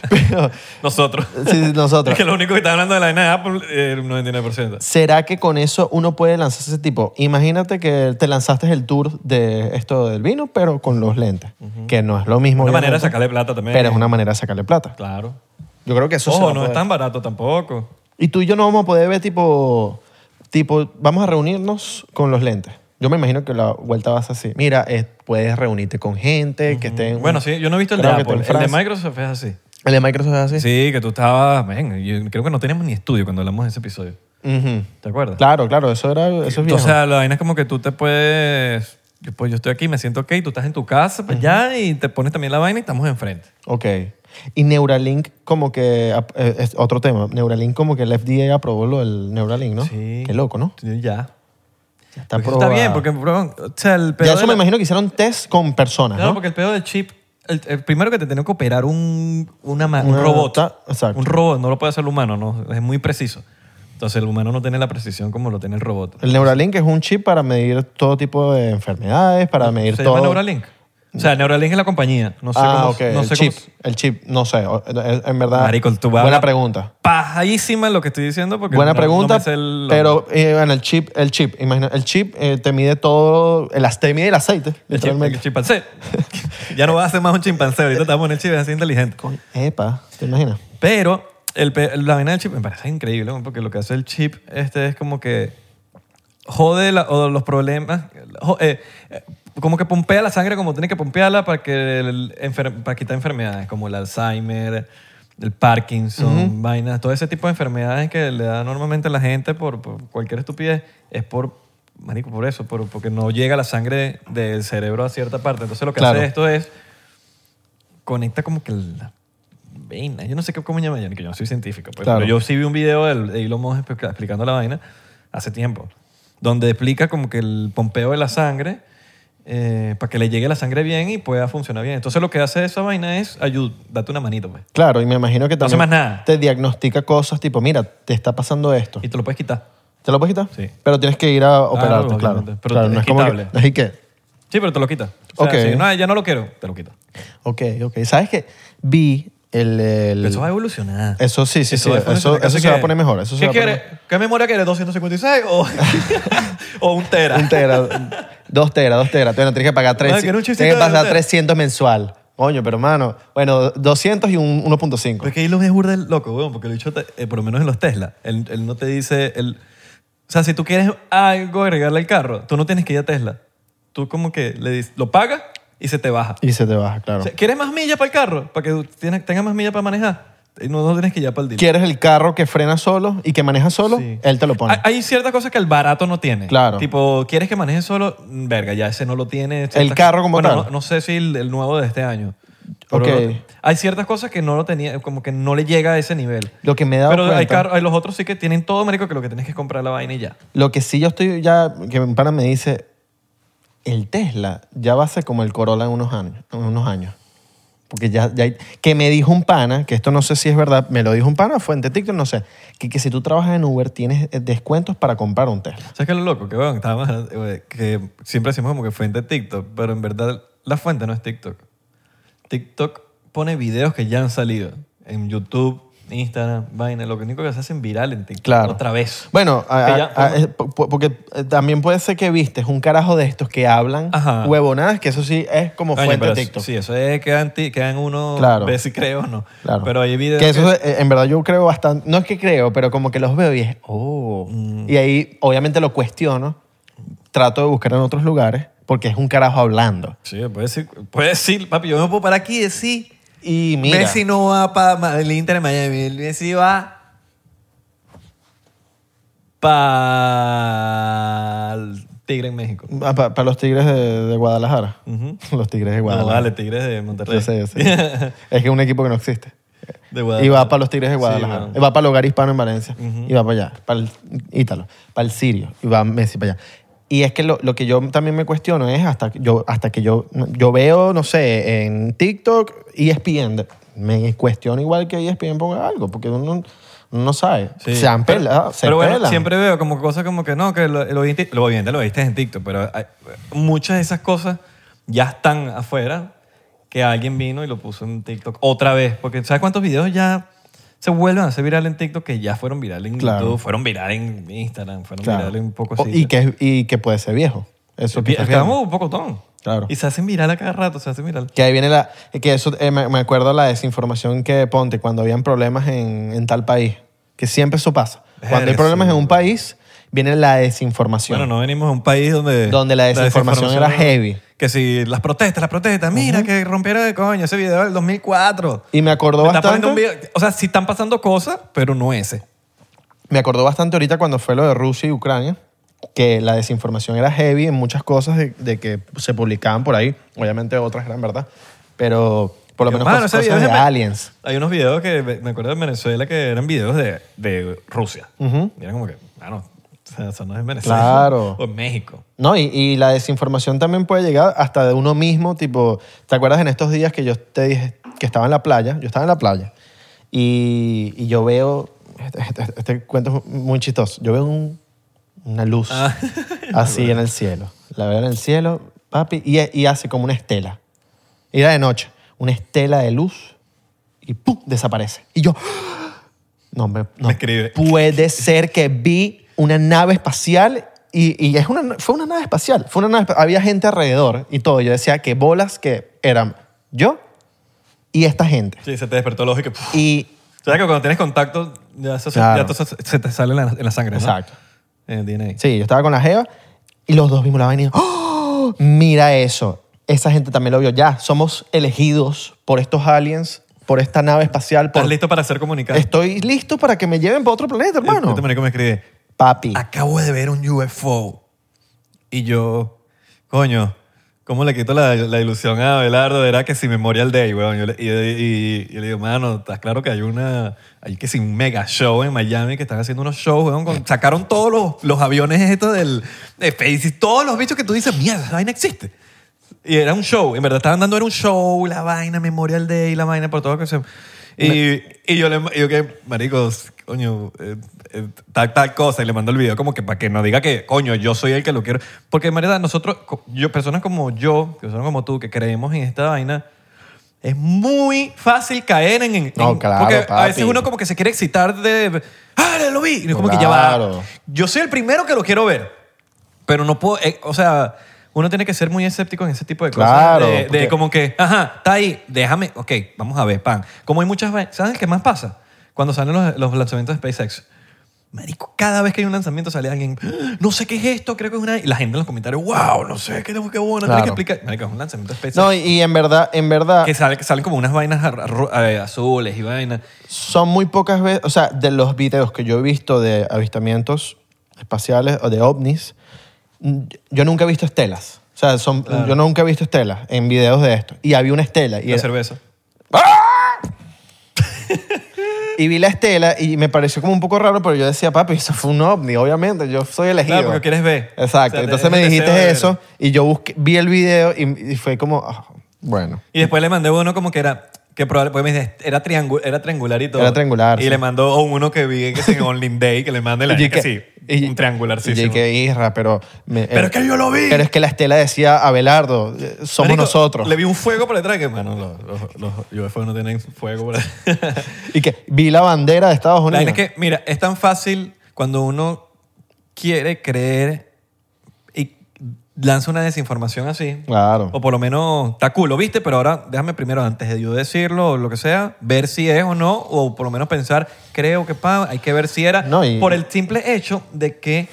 [SPEAKER 1] pero
[SPEAKER 2] Nosotros. *laughs*
[SPEAKER 1] sí, sí, nosotros.
[SPEAKER 2] Es que lo único que está hablando de la vaina de Apple es el 99%.
[SPEAKER 1] ¿Será que con eso uno puede lanzarse ese tipo? Imagínate que te lanzaste el tour de esto del vino, pero con los lentes, que no es lo mismo.
[SPEAKER 2] Una manera de
[SPEAKER 1] obviamente,
[SPEAKER 2] sacarle plata también.
[SPEAKER 1] Pero es una manera de sacarle plata.
[SPEAKER 2] Claro.
[SPEAKER 1] Yo creo que eso se va
[SPEAKER 2] Ojo,
[SPEAKER 1] a
[SPEAKER 2] no es
[SPEAKER 1] poder.
[SPEAKER 2] tan barato tampoco.
[SPEAKER 1] Y tú y yo no vamos a poder ver tipo, tipo, vamos a reunirnos con los lentes. Yo me imagino que la vuelta va a ser así. Mira, eh, puedes reunirte con gente que esté... en-
[SPEAKER 2] Bueno, sí, yo no he visto el
[SPEAKER 1] Creo
[SPEAKER 2] de
[SPEAKER 1] que
[SPEAKER 2] Apple.
[SPEAKER 1] en
[SPEAKER 2] El de
[SPEAKER 1] Francia-
[SPEAKER 2] Microsoft es así.
[SPEAKER 1] El de Microsoft es así.
[SPEAKER 2] Sí, que tú estabas... Ven, yo creo que no teníamos ni estudio cuando hablamos de ese episodio.
[SPEAKER 1] Ujú.
[SPEAKER 2] ¿Te acuerdas?
[SPEAKER 1] Claro, claro, eso era... Eso es viejo.
[SPEAKER 2] O sea, la vaina es como que tú te puedes... Yo, pues yo estoy aquí, me siento ok, tú estás en tu casa, pues ya, y te pones también la vaina y estamos enfrente.
[SPEAKER 1] Ok. Y Neuralink como que... ap- eh, Es otro tema. Neuralink como que el FDA aprobó lo del Neuralink, ¿no?
[SPEAKER 2] Sí.
[SPEAKER 1] Qué loco, ¿no?
[SPEAKER 2] Tú- Ya.
[SPEAKER 1] Está
[SPEAKER 2] Porque eso
[SPEAKER 1] aprobado.
[SPEAKER 2] está bien, porque... bro, o sea, el pedo
[SPEAKER 1] Ya
[SPEAKER 2] de
[SPEAKER 1] eso me
[SPEAKER 2] la-
[SPEAKER 1] imagino que hicieron test con personas,
[SPEAKER 2] Claro,
[SPEAKER 1] ¿no?
[SPEAKER 2] porque el pedo del chip... El, el primero que te tiene que operar un, una ma- un
[SPEAKER 1] Una-
[SPEAKER 2] robot.
[SPEAKER 1] ta- exacto.
[SPEAKER 2] Un robot, no lo puede hacer el humano, no. Es muy preciso. Entonces el humano no tiene la precisión como lo tiene el robot.
[SPEAKER 1] El Neuralink es un chip para medir todo tipo de enfermedades, para medir
[SPEAKER 2] ¿Se
[SPEAKER 1] todo...
[SPEAKER 2] llama Neuralink? O sea, Neuralink es la compañía. No sé
[SPEAKER 1] ah,
[SPEAKER 2] cómo...
[SPEAKER 1] ok.
[SPEAKER 2] No
[SPEAKER 1] el
[SPEAKER 2] sé
[SPEAKER 1] chip.
[SPEAKER 2] cómo-
[SPEAKER 1] El chip, no sé. O- en- En verdad...
[SPEAKER 2] Marico, tú vas a
[SPEAKER 1] Buena
[SPEAKER 2] hablar-
[SPEAKER 1] pregunta.
[SPEAKER 2] Pajísima lo que estoy diciendo porque
[SPEAKER 1] Buena
[SPEAKER 2] no- no
[SPEAKER 1] pregunta,
[SPEAKER 2] me sé el-
[SPEAKER 1] pero eh, bueno, el chip, el chip, imagina, el chip eh, te mide todo, el, as- te mide el aceite,
[SPEAKER 2] El, chim-
[SPEAKER 1] literalmente.
[SPEAKER 2] el chimpancé. ya no va a ser más un chimpancé. Ahorita estamos en el chip, es así inteligente.
[SPEAKER 1] Epa, ¿te imaginas?
[SPEAKER 2] Pero el pe- la vaina del chip me parece increíble, ¿no? porque lo que hace el chip este es como que jode la- o los problemas, jo- eh, eh, como que pompea la sangre como tiene que pompearla para, que el enfer- para quitar enfermedades como el Alzheimer, el Parkinson, vainas, todo ese tipo de enfermedades que le da normalmente a la gente por, por cualquier estupidez es por, marico, por eso, por- porque no llega la sangre del cerebro a cierta parte. Entonces lo que
[SPEAKER 1] Claro.
[SPEAKER 2] hace esto es conecta como que la vaina. Yo no sé qué, cómo llama, que yo no soy científico. pues,
[SPEAKER 1] Claro.
[SPEAKER 2] Pero yo sí vi un video del- de Elon Musk expli- explicando la vaina hace tiempo, donde explica como que el pompeo de la sangre eh, para que le llegue la sangre bien y pueda funcionar bien. Entonces lo que hace esa vaina es ayuda, date una manito, pues.
[SPEAKER 1] Claro, y me imagino que
[SPEAKER 2] No hace
[SPEAKER 1] también
[SPEAKER 2] más nada.
[SPEAKER 1] te diagnostica cosas tipo, mira, te está pasando esto.
[SPEAKER 2] Y te lo puedes quitar.
[SPEAKER 1] ¿Te lo puedes quitar?
[SPEAKER 2] Sí.
[SPEAKER 1] Pero tienes que ir a operarte, claro.
[SPEAKER 2] obviamente, pero
[SPEAKER 1] Claro,
[SPEAKER 2] es
[SPEAKER 1] no es como que,
[SPEAKER 2] quitable.
[SPEAKER 1] no es y que,
[SPEAKER 2] Sí, pero te lo quita. O sea,
[SPEAKER 1] Ok.
[SPEAKER 2] si no, ya no lo quiero, te lo quita.
[SPEAKER 1] ok, ok. ¿Sabes qué? Vi el... el-
[SPEAKER 2] Pero eso va a evolucionar.
[SPEAKER 1] Eso sí, sí, sí.
[SPEAKER 2] va a
[SPEAKER 1] Eso,
[SPEAKER 2] evolucionar.
[SPEAKER 1] eso
[SPEAKER 2] Así
[SPEAKER 1] se va a
[SPEAKER 2] que,
[SPEAKER 1] poner mejor. Eso se
[SPEAKER 2] ¿Qué
[SPEAKER 1] va a
[SPEAKER 2] quiere?
[SPEAKER 1] poner-
[SPEAKER 2] ¿Qué memoria quiere? ¿256 o, *laughs* o un tera?
[SPEAKER 1] Un tera, *laughs* dos teras, dos teras. Bueno, tienes que pagar tres.
[SPEAKER 2] Bueno, que era un
[SPEAKER 1] tienes
[SPEAKER 2] chistito
[SPEAKER 1] que
[SPEAKER 2] de
[SPEAKER 1] pagar
[SPEAKER 2] tera.
[SPEAKER 1] 300 mensual. Coño, pero hermano, bueno, 200 y un 1.5.
[SPEAKER 2] Pero es que ahí los es burda el loco, weón, porque lo dicho, por lo menos en los Tesla, él, él no te dice. él- o sea, si tú quieres algo agregarle al carro, tú no tienes que ir a Tesla. Tú como que le dices, lo pagas y se te baja.
[SPEAKER 1] Y se te baja, claro.
[SPEAKER 2] O sea, ¿Quieres más millas para el carro? Para que tú tienes- tengas más millas para manejar. Y No, no tienes que ir para el dealer.
[SPEAKER 1] ¿Quieres el carro que frena solo y que maneja solo?
[SPEAKER 2] Sí.
[SPEAKER 1] Él te lo pone.
[SPEAKER 2] Hay, hay ciertas cosas que el barato no tiene.
[SPEAKER 1] Claro.
[SPEAKER 2] Tipo, ¿quieres que maneje solo? Mm, Verga, ya ese no lo tiene. Ciertas-
[SPEAKER 1] carro como
[SPEAKER 2] bueno,
[SPEAKER 1] tal.
[SPEAKER 2] No, no sé si el, el nuevo de este año. Pero
[SPEAKER 1] Ok.
[SPEAKER 2] lo- Hay ciertas cosas que no lo tenía, como que no le llega a ese nivel.
[SPEAKER 1] Lo que me he dado
[SPEAKER 2] Pero hay,
[SPEAKER 1] cuenta-
[SPEAKER 2] carro- hay los otros sí que tienen todo, marico, que lo que tienes es comprar la vaina y ya.
[SPEAKER 1] Lo que sí yo estoy ya, que mi pana me dice, el Tesla ya va a ser como el Corolla en unos años. En unos años. Porque ya, ya hay- que me dijo un pana, que esto no sé si es verdad, me lo dijo un pana, fuente TikTok, no sé, que, que si tú trabajas en Uber tienes eh, descuentos para comprar un Tesla.
[SPEAKER 2] ¿Sabes qué es lo loco? Que, bueno, estábamos hablando, eh, que siempre decimos como que fuente TikTok, pero en verdad la fuente no es TikTok. TikTok pone videos que ya han salido en YouTube, Instagram, vaina, lo único que se hacen viral en TikTok
[SPEAKER 1] Claro.
[SPEAKER 2] otra vez.
[SPEAKER 1] Bueno, a-
[SPEAKER 2] Que ya-
[SPEAKER 1] a- a- eh, po- po- porque eh, también puede ser que vistes un carajo de estos que hablan
[SPEAKER 2] Ajá.
[SPEAKER 1] huevonadas, que eso sí es como
[SPEAKER 2] Coño,
[SPEAKER 1] fuente
[SPEAKER 2] pero
[SPEAKER 1] TikTok.
[SPEAKER 2] Sí, eso es, quedan, ti- quedan uno,
[SPEAKER 1] Claro.
[SPEAKER 2] ve si creo o no.
[SPEAKER 1] Claro.
[SPEAKER 2] Pero hay videos
[SPEAKER 1] Que eso, eh, en verdad, yo creo bastante. No es que creo, pero como que los veo y es, oh.
[SPEAKER 2] Mm.
[SPEAKER 1] Y ahí, obviamente, lo cuestiono. Trato de buscar en otros lugares porque es un carajo hablando.
[SPEAKER 2] Sí, puede decir, puede decir, papi, yo me puedo parar aquí y decir,
[SPEAKER 1] Y mira.
[SPEAKER 2] Messi no va para el Inter de Miami, el Messi va para el Tigre en México.
[SPEAKER 1] ah, Para los tigres de, de Guadalajara. *laughs* Los tigres de
[SPEAKER 2] No,
[SPEAKER 1] Guadalajara.
[SPEAKER 2] vale, pues. Tigres de Monterrey.
[SPEAKER 1] Yo sé, yo sé. es que es un equipo que no existe.
[SPEAKER 2] *laughs* De Guadalajara.
[SPEAKER 1] Y va para los Tigres de Guadalajara.
[SPEAKER 2] Sí,
[SPEAKER 1] Y Va para el Hogar Hispano en Valencia. Y va para allá, para el Ítalo, para el Sirio. Y va Messi para allá. Y es que lo, lo que yo también me cuestiono es hasta que yo, hasta que yo, yo veo, no sé, en TikTok, E ESPN. Me cuestiono igual que E ESPN ponga algo, porque uno uno no sabe.
[SPEAKER 2] Sí.
[SPEAKER 1] Se han pelado.
[SPEAKER 2] Pero,
[SPEAKER 1] Se
[SPEAKER 2] pero bueno,
[SPEAKER 1] pelan.
[SPEAKER 2] siempre veo como cosas como que no, que lo, lo, viste- lo obviamente lo viste en TikTok, pero hay- muchas de esas cosas ya están afuera que alguien vino y lo puso en TikTok otra vez. Porque ¿sabes cuántos videos ya se vuelven a hacer viral en TikTok que ya fueron viral en
[SPEAKER 1] Claro.
[SPEAKER 2] YouTube, fueron viral en Instagram, fueron
[SPEAKER 1] Claro.
[SPEAKER 2] viral en un poco
[SPEAKER 1] O-
[SPEAKER 2] así?
[SPEAKER 1] y, que, y que puede ser viejo. Eso que estás viendo.
[SPEAKER 2] Estamos un pocotón.
[SPEAKER 1] Claro.
[SPEAKER 2] Y se hacen viral a cada rato, se hacen viral.
[SPEAKER 1] Que ahí viene la. Que eso, eh, me me acuerdo la desinformación que ponte cuando habían problemas en, en tal país. Que siempre eso pasa. Cuando hay
[SPEAKER 2] Verga,
[SPEAKER 1] problemas
[SPEAKER 2] sí,
[SPEAKER 1] en un país, viene la desinformación.
[SPEAKER 2] Bueno, no venimos a un país donde...
[SPEAKER 1] Donde la desinformación era heavy.
[SPEAKER 2] Que si las protestas, las protestas, mira que rompieron de coño ese video del 2004.
[SPEAKER 1] Y me acordó
[SPEAKER 2] Me está
[SPEAKER 1] bastante.
[SPEAKER 2] poniendo un video- O sea, sí están pasando cosas, pero no ese.
[SPEAKER 1] Me acordó bastante ahorita cuando fue lo de Rusia y Ucrania, que la desinformación era heavy en muchas cosas de, de que se publicaban por ahí. Obviamente otras eran verdad. Pero por lo
[SPEAKER 2] Yo,
[SPEAKER 1] menos
[SPEAKER 2] mano,
[SPEAKER 1] cosas,
[SPEAKER 2] ese video
[SPEAKER 1] cosas de
[SPEAKER 2] es de-
[SPEAKER 1] aliens.
[SPEAKER 2] Hay unos videos que me me acuerdo en Venezuela que eran videos de, de Rusia. Y eran como que, claro, o sea, eso no es en Venezuela.
[SPEAKER 1] Claro.
[SPEAKER 2] *laughs* O en México.
[SPEAKER 1] No, y, y la desinformación también puede llegar hasta de uno mismo. Tipo, ¿te acuerdas en estos días que yo te dije que estaba en la playa? Yo estaba en la playa y, y yo veo. Este, este- este cuento es muy chistoso. Yo veo un- una luz
[SPEAKER 2] Ah.
[SPEAKER 1] así en el cielo. La veo en el cielo, papi, y, y hace como una estela. Y era de noche. Una estela de luz y ¡pum! desaparece. Y yo. ¡Ah! No, me, no
[SPEAKER 2] Me escribe. *laughs*
[SPEAKER 1] puede ser que vi una nave espacial y, y es una, fue una nave espacial. Fue una nave espa- había gente alrededor y todo. Yo decía que bolas que eran yo y esta gente.
[SPEAKER 2] Sí, se te despertó lógico.
[SPEAKER 1] Y
[SPEAKER 2] ¿Sabes que cuando tienes contacto, ya, eso se-
[SPEAKER 1] Claro.
[SPEAKER 2] ya todo eso se te sale en la, en la sangre, ¿no?
[SPEAKER 1] Exacto.
[SPEAKER 2] En el DNA.
[SPEAKER 1] sí, yo estaba con la Jeva y los dos vimos la vaina y ¡Oh! mira eso. Esa gente también lo vio. Ya, somos elegidos por estos aliens, por esta nave espacial.
[SPEAKER 2] ¿Estás
[SPEAKER 1] Por...
[SPEAKER 2] listo para ser comunicado?
[SPEAKER 1] Estoy listo para que me lleven para otro planeta, hermano.
[SPEAKER 2] Este marico me escribe,
[SPEAKER 1] Papi.
[SPEAKER 2] acabo de ver un UFO. Y yo, coño, ¿cómo le quito la, la ilusión a Abelardo? Era que si Memorial Day, weón. Yo le- y, y- y- y le digo, mano, estás claro que hay una, hay que si un mega show en Miami que están haciendo unos shows, weón. con- sacaron todos los, los aviones estos del, de Face, todos los bichos que tú dices, mierda, esa vaina existe. Y era un show, en verdad estaban dando era un show, la vaina, Memorial Day, la vaina, por todo lo que se... Y, y yo le y yo que, maricos, coño, eh, eh, tal, tal cosa, y le mando el video como que para que no diga que, coño, yo soy el que lo quiero. Porque en verdad nosotros, co- yo, personas como yo, personas como tú, que creemos en esta vaina, es muy fácil caer en... en-
[SPEAKER 1] No,
[SPEAKER 2] en-
[SPEAKER 1] claro,
[SPEAKER 2] Porque a
[SPEAKER 1] papi.
[SPEAKER 2] veces uno como que se quiere excitar de... ¡Ah, lo vi! Y es como que ya
[SPEAKER 1] Claro.
[SPEAKER 2] va. Yo soy el primero que lo quiero ver. Pero no puedo, eh, o sea, uno tiene que ser muy escéptico en ese tipo de cosas.
[SPEAKER 1] Claro,
[SPEAKER 2] De, de
[SPEAKER 1] porque-
[SPEAKER 2] como que, ajá, está ahí, déjame, ok, vamos a ver, pan. Como hay muchas veces, ¿sabes qué más pasa? Cuando salen los, los lanzamientos de SpaceX. Marico, cada vez que hay un lanzamiento sale alguien, "Ah, no sé qué es esto, creo que es una... Y la gente en los comentarios, wow, no sé, qué, qué bueno, tienes
[SPEAKER 1] Claro.
[SPEAKER 2] que explicar. Marico, es un lanzamiento especial.
[SPEAKER 1] No, y, y en verdad, en verdad,
[SPEAKER 2] que, sale- que salen como unas vainas ar- ro- eh, azules y vainas.
[SPEAKER 1] son muy pocas veces, o sea, de los videos que yo he visto de avistamientos espaciales o de ovnis, mm, yo nunca he visto estelas. O sea, son, yo nunca he visto estelas en videos de esto. Y había una estela. Y
[SPEAKER 2] La
[SPEAKER 1] era-
[SPEAKER 2] cerveza.
[SPEAKER 1] Y vi la estela y me pareció como un poco raro, pero yo decía, papi, eso fue un ovni, obviamente, yo soy elegido.
[SPEAKER 2] Claro, porque quieres ver.
[SPEAKER 1] Exacto,
[SPEAKER 2] O sea,
[SPEAKER 1] entonces
[SPEAKER 2] es el
[SPEAKER 1] me
[SPEAKER 2] deseo de
[SPEAKER 1] dijiste
[SPEAKER 2] ver.
[SPEAKER 1] eso y yo busqué, vi el video y, y fue como, ah, bueno.
[SPEAKER 2] Y después le mandé uno como que era... Que probable, porque me dice, era, triangu- era triangular y todo.
[SPEAKER 1] Era triangular,
[SPEAKER 2] Y
[SPEAKER 1] sí.
[SPEAKER 2] le mandó a uno que vi que es en Only Day, que le mandé
[SPEAKER 1] *laughs*
[SPEAKER 2] la
[SPEAKER 1] Y
[SPEAKER 2] que, sí,
[SPEAKER 1] y-
[SPEAKER 2] un triangular, sí.
[SPEAKER 1] Y que Isra, pero... me-
[SPEAKER 2] Pero
[SPEAKER 1] eh,
[SPEAKER 2] es que yo lo vi.
[SPEAKER 1] Pero es que la estela decía, Abelardo, eh, somos
[SPEAKER 2] Marico,
[SPEAKER 1] nosotros.
[SPEAKER 2] Le vi un fuego por detrás que, mano, los, los, los UFO no tienen fuego por detrás.
[SPEAKER 1] *laughs* Y que vi la bandera de Estados
[SPEAKER 2] La
[SPEAKER 1] Unidos.
[SPEAKER 2] vaina es que, mira, es tan fácil cuando uno quiere creer y lanza una desinformación así.
[SPEAKER 1] Claro.
[SPEAKER 2] O por lo menos, está cool, lo viste, pero ahora déjame primero, antes de yo decirlo o lo que sea, ver si es o no, o por lo menos pensar, creo que pa, hay que ver si era.
[SPEAKER 1] No, y-
[SPEAKER 2] Por el simple hecho de que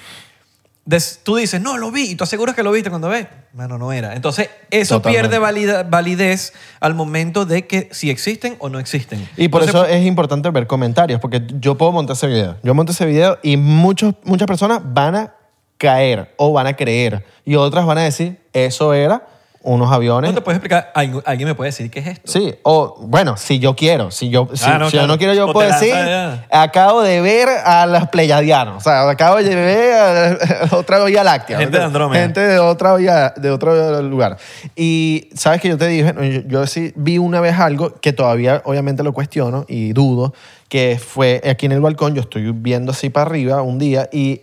[SPEAKER 2] des- tú dices, no, lo vi, y tú aseguras que lo viste cuando ves, mano, no era. Entonces, eso
[SPEAKER 1] Totalmente.
[SPEAKER 2] pierde valida- validez al momento de que si existen o no existen.
[SPEAKER 1] Y por
[SPEAKER 2] Entonces,
[SPEAKER 1] eso es importante ver comentarios, porque yo puedo montar ese video. Yo monto ese video y muchos, muchas personas van a caer o van a creer. Y otras van a decir, eso era unos aviones.
[SPEAKER 2] No te puedes explicar, Algu- alguien me puede decir qué es esto.
[SPEAKER 1] Sí, o bueno, si yo quiero, si yo, si,
[SPEAKER 2] Ah, no,
[SPEAKER 1] si
[SPEAKER 2] claro.
[SPEAKER 1] yo no quiero, yo
[SPEAKER 2] O
[SPEAKER 1] puedo
[SPEAKER 2] te lanzas
[SPEAKER 1] decir,
[SPEAKER 2] allá.
[SPEAKER 1] acabo de ver a los pleyadianos, o sea, acabo de ver a, *laughs* a otra Vía Láctea.
[SPEAKER 2] Gente de Andrómeda.
[SPEAKER 1] Gente de, otra vía, de otro lugar. Y sabes que yo te dije, yo, yo sí vi una vez algo que todavía obviamente lo cuestiono y dudo, que fue aquí en el balcón, yo estoy viendo así para arriba un día y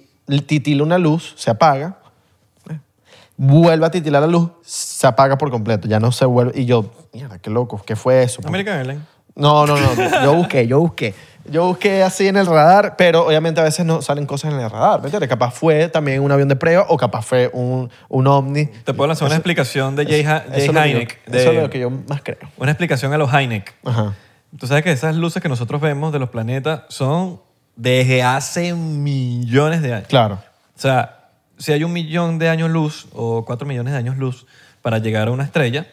[SPEAKER 1] titila una luz, se apaga, vuelve a titilar la luz, se apaga por completo, ya no se vuelve. Y yo, mierda, qué loco, ¿qué fue eso?
[SPEAKER 2] American Airlines.
[SPEAKER 1] No, no, no, yo busqué, yo busqué. Yo busqué así en el radar, pero obviamente a veces no salen cosas en el radar, ¿me entiendes? Capaz fue también un avión de prueba o capaz fue un, un ovni.
[SPEAKER 2] Te puedo lanzar una explicación de Jay, Ha- Jay
[SPEAKER 1] eso, es lo que yo-
[SPEAKER 2] Hynek.
[SPEAKER 1] eso
[SPEAKER 2] de-
[SPEAKER 1] es lo que yo más creo.
[SPEAKER 2] Una explicación a los Hynek.
[SPEAKER 1] Ajá.
[SPEAKER 2] Tú sabes que esas luces que nosotros vemos de los planetas son desde hace millones de años.
[SPEAKER 1] Claro.
[SPEAKER 2] O sea, si hay un millón de años luz o cuatro millones de años luz para llegar a una estrella,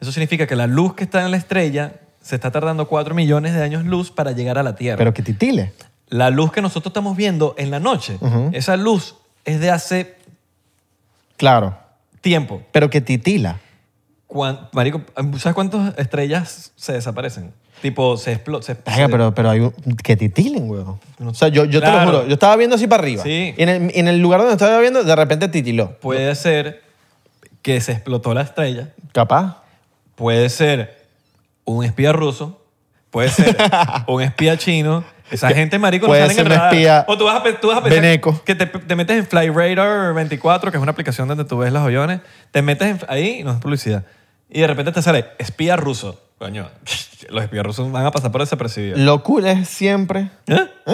[SPEAKER 2] eso significa que la luz que está en la estrella se está tardando cuatro millones de años luz para llegar a la Tierra.
[SPEAKER 1] Pero que titile.
[SPEAKER 2] la luz que nosotros estamos viendo en la noche, esa luz es de hace
[SPEAKER 1] Claro.
[SPEAKER 2] tiempo.
[SPEAKER 1] Pero que titila.
[SPEAKER 2] Cuan- marico, ¿sabes cuántas estrellas se desaparecen? Tipo, se explotan.
[SPEAKER 1] Venga, pero, pero hay un, que titilen, weón. O sea, yo, yo te
[SPEAKER 2] Claro.
[SPEAKER 1] lo juro, yo estaba viendo así para arriba.
[SPEAKER 2] Sí.
[SPEAKER 1] Y en el, en el lugar donde estaba viendo, de repente titiló.
[SPEAKER 2] Puede ser que se explotó la estrella.
[SPEAKER 1] Capaz.
[SPEAKER 2] Puede ser un espía ruso.
[SPEAKER 1] *laughs*
[SPEAKER 2] Puede ser un espía chino. Esa gente, marico,
[SPEAKER 1] Puede
[SPEAKER 2] no sale
[SPEAKER 1] ser un
[SPEAKER 2] en el radar.
[SPEAKER 1] espía
[SPEAKER 2] O tú vas a, pe- tú vas a pensar
[SPEAKER 1] veneco.
[SPEAKER 2] que te, te metes en Flyradar 24, que es una aplicación donde tú ves los aviones. Te metes en- ahí, no es publicidad. Y de repente te sale espía ruso. Coño, *laughs* los espías rusos van a pasar por desapercibidos.
[SPEAKER 1] Lo cool es siempre.
[SPEAKER 2] ¿Eh?
[SPEAKER 1] Ah.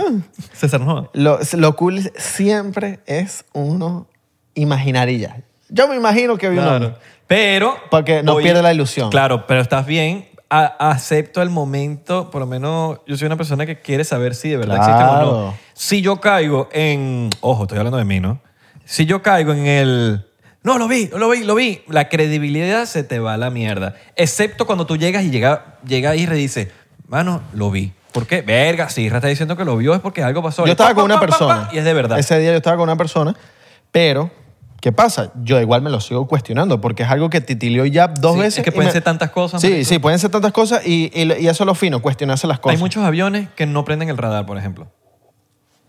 [SPEAKER 2] César Noa.
[SPEAKER 1] Lo, lo cool siempre es uno imaginar y ya. Yo me imagino que vi un
[SPEAKER 2] Claro.
[SPEAKER 1] hombre.
[SPEAKER 2] Pero.
[SPEAKER 1] Porque no pierde la ilusión.
[SPEAKER 2] Claro, pero estás bien. A- acepto el momento, por lo menos yo soy una persona que quiere saber si de verdad existe o no.
[SPEAKER 1] Claro.
[SPEAKER 2] Si yo caigo en. Ojo, estoy hablando de mí, ¿no? Si yo caigo en el. No, lo vi, lo vi, lo vi. La credibilidad se te va a la mierda. Excepto cuando tú llegas y llega, llega Isra y dice, mano, lo vi. ¿Por qué? Verga, si Isra está diciendo que lo vio es porque algo pasó.
[SPEAKER 1] Yo
[SPEAKER 2] Y
[SPEAKER 1] estaba
[SPEAKER 2] pa,
[SPEAKER 1] con
[SPEAKER 2] pa,
[SPEAKER 1] una
[SPEAKER 2] pa, pa, pa,
[SPEAKER 1] persona.
[SPEAKER 2] Y es de verdad.
[SPEAKER 1] Ese día yo estaba con una persona, pero ¿qué pasa? Yo igual me lo sigo cuestionando porque es algo que titileó ya dos
[SPEAKER 2] Sí,
[SPEAKER 1] veces.
[SPEAKER 2] es que
[SPEAKER 1] y
[SPEAKER 2] pueden
[SPEAKER 1] me-
[SPEAKER 2] ser tantas cosas,
[SPEAKER 1] Sí,
[SPEAKER 2] marico.
[SPEAKER 1] sí, pueden ser tantas cosas y, y, y eso es lo fino, cuestionarse las cosas.
[SPEAKER 2] Hay muchos aviones que no prenden el radar, por ejemplo.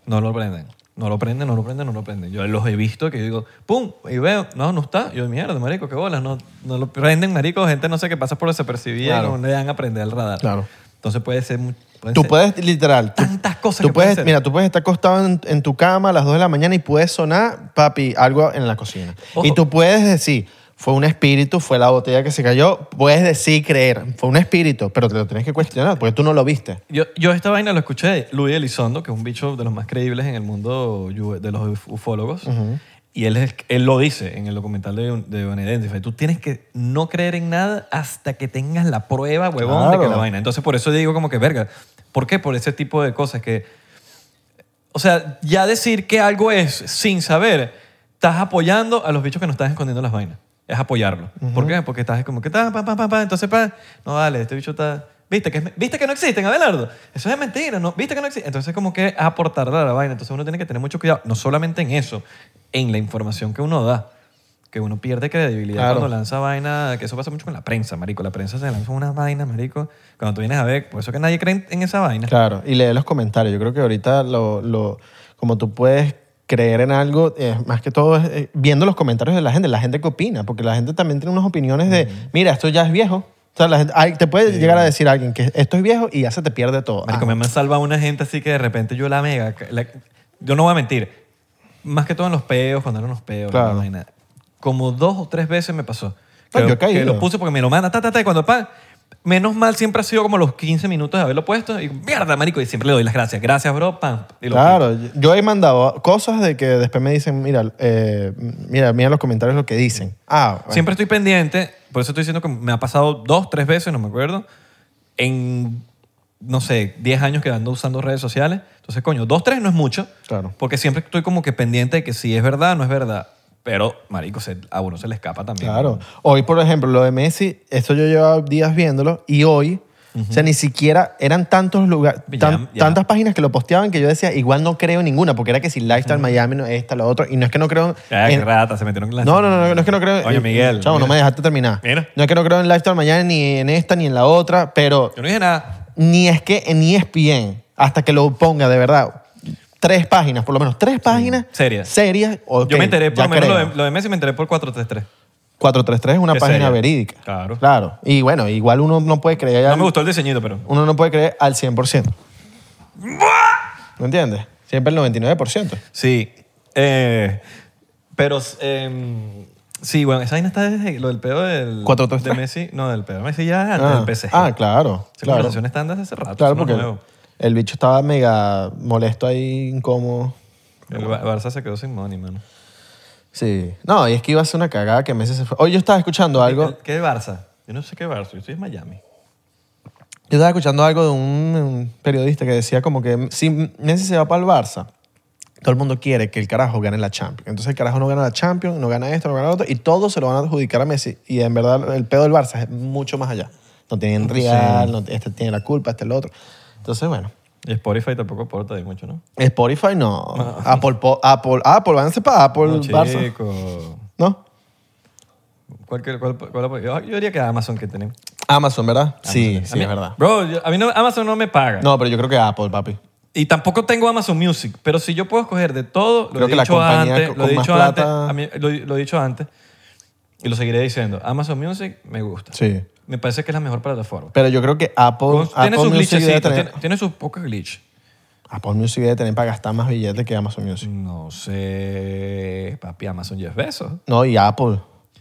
[SPEAKER 2] No lo prenden. No lo prenden, no lo prenden, no lo prenden. Yo los he visto que yo digo, ¡pum! Y veo, no, no está. Yo, mierda, marico, qué bolas. No, no lo prenden, marico. Gente no sé qué pasa por desapercibida
[SPEAKER 1] Claro.
[SPEAKER 2] y no le dan a prender el radar.
[SPEAKER 1] Claro.
[SPEAKER 2] Entonces puede ser... mu- pueden
[SPEAKER 1] Tú
[SPEAKER 2] ser-
[SPEAKER 1] puedes, literal. tú-
[SPEAKER 2] Tantas cosas
[SPEAKER 1] Tú
[SPEAKER 2] que
[SPEAKER 1] puedes,
[SPEAKER 2] pueden ser.
[SPEAKER 1] mira, tú puedes estar acostado en, en tu cama a las 2 de la mañana y puede sonar, papi, algo en la cocina.
[SPEAKER 2] Ojo.
[SPEAKER 1] Y tú puedes decir, fue un espíritu, fue la botella que se cayó. Puedes decir, creer, fue un espíritu, pero te lo tienes que cuestionar porque tú no lo viste.
[SPEAKER 2] Yo, yo esta vaina lo escuché de Luis Elizondo, que es un bicho de los más creíbles en el mundo yu- de los uf- ufólogos. Y él, es- él lo dice en el documental de, de Van Identified. Tú tienes que no creer en nada hasta que tengas la prueba, huevón, de que
[SPEAKER 1] Claro.
[SPEAKER 2] la vaina. Entonces, por eso digo como que, verga, ¿por qué? Por ese tipo de cosas que o sea, ya decir que algo es sin saber, estás apoyando a los bichos que nos están escondiendo las vainas. Es apoyarlo. ¿Por qué? Porque estás como que ta, pa, pa, pa, pa, entonces pa, no vale, este bicho está... ¿Viste que, es me- ¿Viste que no existen, Abelardo? Eso es mentira, ¿no? ¿Viste que no existen? Entonces como que aportar a la vaina. Entonces uno tiene que tener mucho cuidado, no solamente en eso, en la información que uno da. Que uno pierde credibilidad
[SPEAKER 1] Claro.
[SPEAKER 2] cuando lanza vaina, que eso pasa mucho con la prensa, marico. La prensa se lanza unas vainas, marico. Cuando tú vienes a ver, por eso que nadie cree en- en esa vaina.
[SPEAKER 1] Claro, y lee los comentarios. Yo creo que ahorita lo, lo- como tú puedes creer en algo, eh, más que todo es eh, viendo los comentarios de la gente, la gente que opina, porque la gente también tiene unas opiniones de, mira, esto ya es viejo. O sea, la gente, ay, te puede llegar a decir a alguien que esto es viejo y ya se te pierde todo.
[SPEAKER 2] Marico,
[SPEAKER 1] Ah,
[SPEAKER 2] me han salvado una gente así que de repente yo la mega. la- yo no voy a mentir. Más que todo en los peos, cuando eran los peos.
[SPEAKER 1] Claro.
[SPEAKER 2] la vaina. como dos o tres veces me pasó. Que,
[SPEAKER 1] No, yo he caído.
[SPEAKER 2] que lo puse porque me lo manda, ta, ta, ta, y cuando pan. Menos mal siempre ha sido como los 15 minutos de haberlo puesto. Y mierda, marico, y siempre le doy las gracias. Gracias, bro, pam. y lo
[SPEAKER 1] Claro, yo- yo he mandado cosas de que después me dicen, mira, eh, mira, mira los comentarios lo que dicen. Ah, bueno.
[SPEAKER 2] Siempre estoy pendiente, por eso estoy diciendo que me ha pasado dos, tres veces, no me acuerdo, en, no sé, 10 años que ando usando redes sociales. Entonces, coño, dos, tres no es mucho.
[SPEAKER 1] Claro.
[SPEAKER 2] Porque siempre estoy como que pendiente de que si es verdad, no es verdad. Pero, marico, se- a uno se le escapa también.
[SPEAKER 1] Claro. Hoy, por ejemplo, lo de Messi, esto yo llevaba días viéndolo y hoy, o sea, ni siquiera eran tantos lugares,
[SPEAKER 2] Ya, ya.
[SPEAKER 1] tantas páginas que lo posteaban que yo decía, igual no creo en ninguna, porque era que si Lifestyle Miami, no, esta, la otra, y no es que no creo.
[SPEAKER 2] Ah, qué
[SPEAKER 1] en-
[SPEAKER 2] rata, se metieron en la...
[SPEAKER 1] no, no, no, no, no es que no creo.
[SPEAKER 2] Oye, Miguel.
[SPEAKER 1] Chavo, no me
[SPEAKER 2] mira.
[SPEAKER 1] dejaste terminar.
[SPEAKER 2] Mira.
[SPEAKER 1] No es que no creo en Lifestyle Miami, ni en esta, ni en la otra, pero
[SPEAKER 2] Yo no dije nada.
[SPEAKER 1] ni es que en E ESPN, hasta que lo ponga de verdad, tres páginas, por lo menos tres páginas.
[SPEAKER 2] serias.
[SPEAKER 1] Serias. ok,
[SPEAKER 2] Yo me enteré, por
[SPEAKER 1] ya
[SPEAKER 2] lo menos lo
[SPEAKER 1] creo.
[SPEAKER 2] de, lo de Messi me enteré por 433.
[SPEAKER 1] 433 es una
[SPEAKER 2] Es
[SPEAKER 1] página
[SPEAKER 2] seria.
[SPEAKER 1] verídica.
[SPEAKER 2] Claro.
[SPEAKER 1] Claro. Y bueno, igual uno no puede creer.
[SPEAKER 2] No
[SPEAKER 1] al-
[SPEAKER 2] me gustó el diseñito, pero...
[SPEAKER 1] Uno no puede creer al 100%. ¿No entiendes? Siempre el 99%.
[SPEAKER 2] Sí. Eh, pero em, sí, bueno, esa vaina está desde lo del pedo del
[SPEAKER 1] 4-3-3.
[SPEAKER 2] de Messi. No, del pedo de Messi ya antes del PSG.
[SPEAKER 1] ah, claro.
[SPEAKER 2] Esa
[SPEAKER 1] Claro,
[SPEAKER 2] conversación está andando hace rato.
[SPEAKER 1] Claro,
[SPEAKER 2] eso no
[SPEAKER 1] porque
[SPEAKER 2] es
[SPEAKER 1] el,
[SPEAKER 2] nuevo.
[SPEAKER 1] el bicho estaba mega molesto ahí, incómodo.
[SPEAKER 2] El Ba- Barça se quedó sin money, mano.
[SPEAKER 1] Sí. No, y es que iba a ser una cagada que meses se fue. Hoy yo estaba escuchando algo.
[SPEAKER 2] ¿Qué- ¿Qué Barça? Yo no sé qué Barça, yo estoy en Miami.
[SPEAKER 1] Yo estaba escuchando algo de un, un periodista que decía como que si Messi se va para el Barça, todo el mundo quiere que el carajo gane la Champions. Entonces el carajo no gana la Champions, no gana esto, no gana lo otro, y todos se lo van a adjudicar a Messi. Y en verdad el pedo del Barça es mucho más allá. No tienen real, no- este tiene la culpa, este el otro. Entonces, bueno.
[SPEAKER 2] Y Spotify tampoco aporta ahí mucho, ¿no?
[SPEAKER 1] Spotify no. Apple, po- Apple, Apple, váyanse para Apple,
[SPEAKER 2] Ah. no,
[SPEAKER 1] Barça.
[SPEAKER 2] chico.
[SPEAKER 1] ¿No?
[SPEAKER 2] ¿Cuál, cuál, cuál, cuál apo- yo, yo diría que Amazon que tienen.
[SPEAKER 1] Amazon, ¿verdad? sí,
[SPEAKER 2] A
[SPEAKER 1] sí,
[SPEAKER 2] mí-
[SPEAKER 1] es verdad.
[SPEAKER 2] Bro, yo- a mí no- Amazon no me paga.
[SPEAKER 1] No, pero yo creo que Apple, papi.
[SPEAKER 2] Y tampoco tengo Amazon Music, pero si yo puedo escoger de todo, lo
[SPEAKER 1] Creo
[SPEAKER 2] he
[SPEAKER 1] que la
[SPEAKER 2] dicho
[SPEAKER 1] compañía
[SPEAKER 2] antes,
[SPEAKER 1] con-
[SPEAKER 2] lo he
[SPEAKER 1] con más
[SPEAKER 2] dicho antes,
[SPEAKER 1] plata-
[SPEAKER 2] a mí- lo, lo he dicho antes y lo seguiré diciendo. Amazon Music me gusta.
[SPEAKER 1] Sí.
[SPEAKER 2] Me parece que es la mejor plataforma.
[SPEAKER 1] Pero yo creo que Apple, Apple
[SPEAKER 2] tiene sus
[SPEAKER 1] Music debe
[SPEAKER 2] glitchecitos,
[SPEAKER 1] tener-
[SPEAKER 2] tiene, tiene sus pocos glitches.
[SPEAKER 1] Apple Music debe tener para gastar más billetes que Amazon Music.
[SPEAKER 2] No sé, papi, Amazon Jeff Bezos,
[SPEAKER 1] No, y Apple.